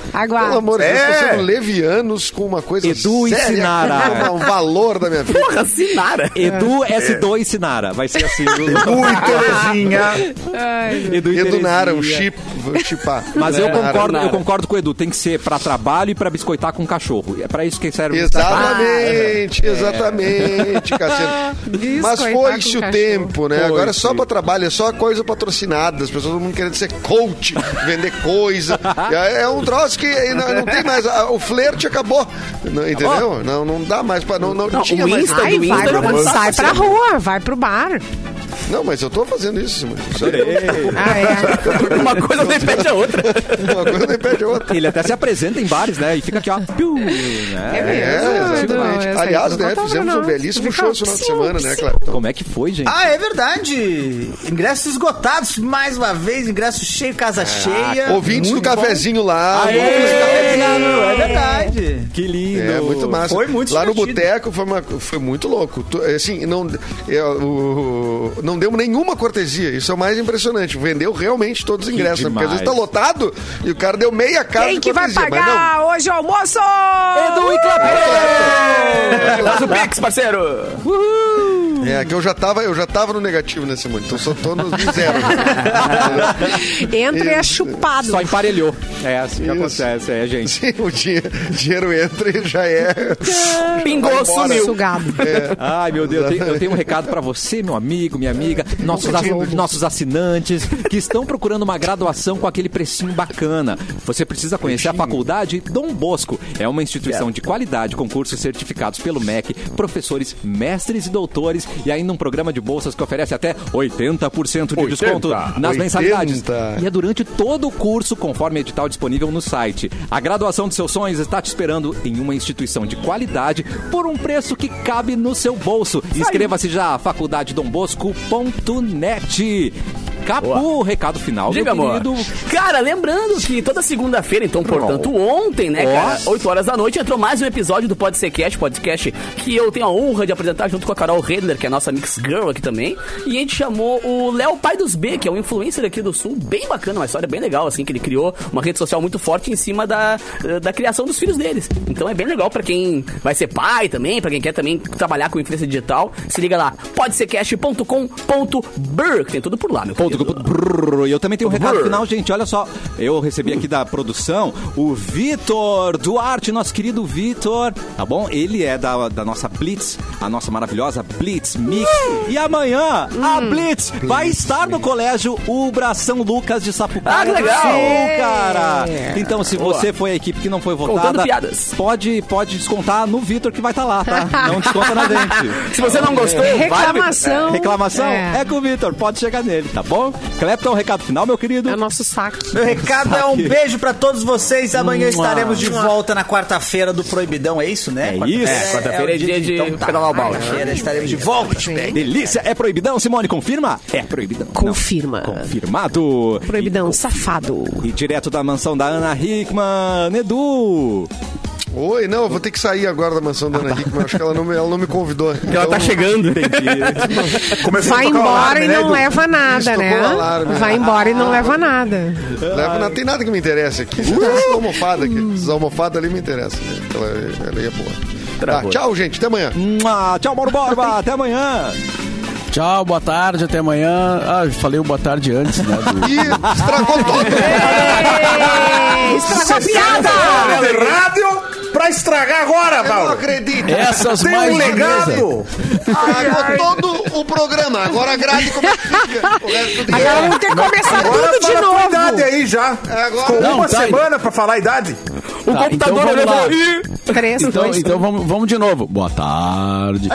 Speaker 2: aguarde. Aguarde.
Speaker 7: Pelo amor de Deus,
Speaker 4: É.
Speaker 7: tô sendo levianos com uma coisa
Speaker 1: Edu
Speaker 7: séria.
Speaker 1: ensinara.
Speaker 7: que não dá um valor da minha vida.
Speaker 6: Porra, Sinara.
Speaker 1: Edu
Speaker 4: É.
Speaker 1: S2 Sinara. Vai ser assim.
Speaker 4: Edu
Speaker 1: o-
Speaker 4: e Terezinha.
Speaker 1: Edu, e
Speaker 7: Edu
Speaker 1: Terezinha.
Speaker 7: Nara, um chip, vou chipar.
Speaker 1: Mas eu
Speaker 4: né?
Speaker 7: Nara.
Speaker 1: concordo, eu
Speaker 6: Nara.
Speaker 1: concordo com o Edu. Tem que ser pra trabalho e pra biscoitar com cachorro. É pra isso que serve o Instagram.
Speaker 7: Exatamente,
Speaker 1: Ah, é.
Speaker 7: exatamente, caceta.
Speaker 2: Biscoitar
Speaker 7: Mas foi-se
Speaker 2: tá com
Speaker 7: o
Speaker 2: cachorro.
Speaker 7: tempo, né?
Speaker 1: Foi-se.
Speaker 7: Agora é só pra trabalho, é só coisa patrocinada. As pessoas, todo mundo querendo ser coach, vender coisa. E aí É um troço que aí não, não tem mais. Ah, O flerte acabou, não, entendeu? Não, não dá mais pra. Não, não,
Speaker 6: Não,
Speaker 7: tinha
Speaker 6: o
Speaker 7: mais.
Speaker 6: Insta
Speaker 2: Ai,
Speaker 6: do
Speaker 2: vai
Speaker 6: Insta é
Speaker 2: pra,
Speaker 6: já
Speaker 2: sai pra rua, vai pro bar.
Speaker 7: Não, mas eu tô fazendo isso. mano. Isso aí.
Speaker 2: Ah, é.
Speaker 6: Uma coisa não impede a outra.
Speaker 7: Uma coisa não impede a outra.
Speaker 1: Ele até se apresenta em bares, né? E fica aqui, ó. Piu, né?
Speaker 7: É, exatamente.
Speaker 2: Edu, essa
Speaker 7: Aliás,
Speaker 2: aí tu
Speaker 7: né,
Speaker 2: contou pra
Speaker 7: fizemos um
Speaker 2: nós.
Speaker 7: belíssimo
Speaker 2: tá Fica-
Speaker 7: show esse final de
Speaker 2: Sim,
Speaker 7: semana, né,
Speaker 2: sim.
Speaker 7: Clayton?
Speaker 1: Como é que foi, gente?
Speaker 5: Ah, é verdade. Ingressos esgotados, mais uma vez. Ingresso cheio, casa cheia.
Speaker 7: Ouvintes do
Speaker 5: é Muito bom.
Speaker 7: cafezinho lá.
Speaker 1: Aê!
Speaker 7: ouvintes do cafezinho.
Speaker 5: É verdade.
Speaker 1: Que lindo.
Speaker 7: É, muito massa.
Speaker 5: Foi muito
Speaker 7: Lá no
Speaker 5: divertido.
Speaker 7: boteco foi, uma- foi muito louco. Tu- Assim, não, eu, o- não deu nenhuma cortesia. Isso é o mais impressionante. Vendeu realmente todos os ingressos. né? Porque às vezes tá
Speaker 1: demais.
Speaker 7: lotado e o cara deu meia cara
Speaker 2: Quem
Speaker 7: de
Speaker 2: que vai
Speaker 7: cortesia. Mas
Speaker 2: pagar hoje o almoço?
Speaker 1: Edu e
Speaker 7: não.
Speaker 6: Faz o Pix, parceiro.
Speaker 7: É, que eu já tava, eu já tava no negativo nesse momento. Então só tô no zero.
Speaker 2: Entra e é chupado.
Speaker 1: Só emparelhou. É assim que
Speaker 7: Isso.
Speaker 1: acontece, é, gente.
Speaker 7: o dinhe- dinheiro entra e já é.
Speaker 6: Pingou, sumiu.
Speaker 2: Sugado.
Speaker 1: Ai, meu Deus, eu tenho, eu tenho um recado pra você, meu amigo, minha amiga, nossos, assi- nossos assinantes que estão procurando uma graduação com aquele precinho bacana. Você precisa conhecer a faculdade Dom Bosco. É uma instituição de qualidade, com cursos certificados pelo MEC, professores, mestres e doutores e ainda um programa de bolsas que oferece até 80% de desconto nas
Speaker 7: 80.
Speaker 1: mensalidades. E é durante todo o curso, conforme edital disponível no site. A graduação dos seus sonhos está te esperando em uma instituição de qualidade por um preço que cabe no seu bolso. Inscreva-se já, faculdadedombosco.net. Capu, recado final,
Speaker 6: Diga,
Speaker 1: meu
Speaker 6: amor.
Speaker 1: querido.
Speaker 6: Cara, lembrando que toda segunda-feira, então, portanto, ontem, né, cara,
Speaker 1: Nossa.
Speaker 6: 8 horas da noite, entrou mais um episódio do Podsequest, podcast que eu tenho a honra de apresentar junto com a Carol Redler, que é a nossa mix girl aqui também. E a gente chamou o Léo Pai dos B, que é um influencer aqui do Sul, bem bacana, uma história bem legal, assim, que ele criou uma rede social muito forte em cima da, eh, da criação dos filhos deles. Então é bem legal pra quem vai ser pai também, pra quem quer também trabalhar com influência digital. Se liga lá, podsequest.com.br, que tem tudo por lá, meu
Speaker 1: Ponto,
Speaker 6: querido.
Speaker 1: ponto, brrr. E eu também tenho um recado
Speaker 6: Brrr.
Speaker 1: final, gente. Olha só, eu recebi aqui da produção o Vitor Duarte, nosso querido Vitor, tá bom? Ele é da, da nossa Blitz, a nossa maravilhosa Blitz Mix. E amanhã a
Speaker 6: Hum.
Speaker 1: Blitz vai estar no colégio Ubra São Lucas de Sapucaia.
Speaker 6: Ah, que
Speaker 1: do
Speaker 6: legal! É.
Speaker 1: Sul, cara! Então, se você foi a equipe que não foi votada,
Speaker 6: Contando piadas.
Speaker 1: pode, pode descontar no Vitor que vai estar lá, tá? Não desconta na gente.
Speaker 6: Se você não gostou, vai-
Speaker 2: Reclamação.
Speaker 1: Reclamação?
Speaker 2: É.
Speaker 1: É, com o Vitor, pode chegar nele, tá bom?
Speaker 2: Clepton.
Speaker 1: Clepton, recado final, meu querido. É
Speaker 2: nosso saque.
Speaker 5: Meu recado é um beijo pra todos vocês. Amanhã estaremos de volta na quarta-feira do Proibidão, é isso, né?
Speaker 1: É isso.
Speaker 5: Quarta-feira
Speaker 1: É, quarta-feira
Speaker 5: o
Speaker 1: é dia de
Speaker 5: então tá.
Speaker 1: pedalar o balde.
Speaker 5: Quarta-feira estaremos de volta.
Speaker 1: Delícia, é proibidão, Simone, confirma? É proibidão.
Speaker 2: Confirma.
Speaker 1: Confirmado.
Speaker 2: Proibidão, safado.
Speaker 1: E direto da mansão da Ana Hickman, Edu.
Speaker 7: Oi, não, eu vou ter que sair agora da mansão da Ana Hickman. Acho que ela não me, ela não me convidou. Então, Ela,
Speaker 6: tá chegando.
Speaker 4: Começou
Speaker 2: Vai
Speaker 4: a tocar o
Speaker 2: embora
Speaker 4: alarme,
Speaker 2: e
Speaker 4: né,
Speaker 2: não
Speaker 4: Edu?
Speaker 2: leva nada,
Speaker 7: Isso,
Speaker 2: né?
Speaker 7: tocou o alarme.
Speaker 2: Vai embora e não leva nada.
Speaker 7: Leva, não tem nada que me interesse aqui.
Speaker 6: Uh!
Speaker 7: Essa almofada aqui. Essa almofada ali me interessa. Ela, ela é boa. Tá, tchau, gente. Até amanhã.
Speaker 1: Mua, Tchau, Mauro Borba. Até amanhã.
Speaker 8: Tchau, boa tarde, até amanhã. Ah, eu falei o boa tarde antes, né? do-
Speaker 7: E estragou né?
Speaker 2: Ei, estragou a piada!
Speaker 4: Hora de rádio pra estragar agora,
Speaker 7: Eu não
Speaker 4: Mauro.
Speaker 7: acredito.
Speaker 8: Essas
Speaker 4: Tem
Speaker 8: mais
Speaker 4: um
Speaker 8: de
Speaker 4: legado.
Speaker 7: Estragou todo o programa. Agora a grade como é que fica? O resto do dia.
Speaker 2: Agora vamos ter que começar
Speaker 4: Agora
Speaker 2: tudo de
Speaker 4: fala a tua idade
Speaker 2: novo.
Speaker 4: aí já.
Speaker 7: É agora-
Speaker 4: Com
Speaker 8: Não,
Speaker 4: uma
Speaker 8: tá aí.
Speaker 4: semana pra falar a idade.
Speaker 6: O
Speaker 8: Tá, então
Speaker 6: computador
Speaker 8: vamos
Speaker 6: olhou e
Speaker 8: lá.
Speaker 6: falou, "Ih,
Speaker 2: Três,
Speaker 8: Então,
Speaker 2: dois,
Speaker 8: então vamos, vamos de novo. Boa tarde.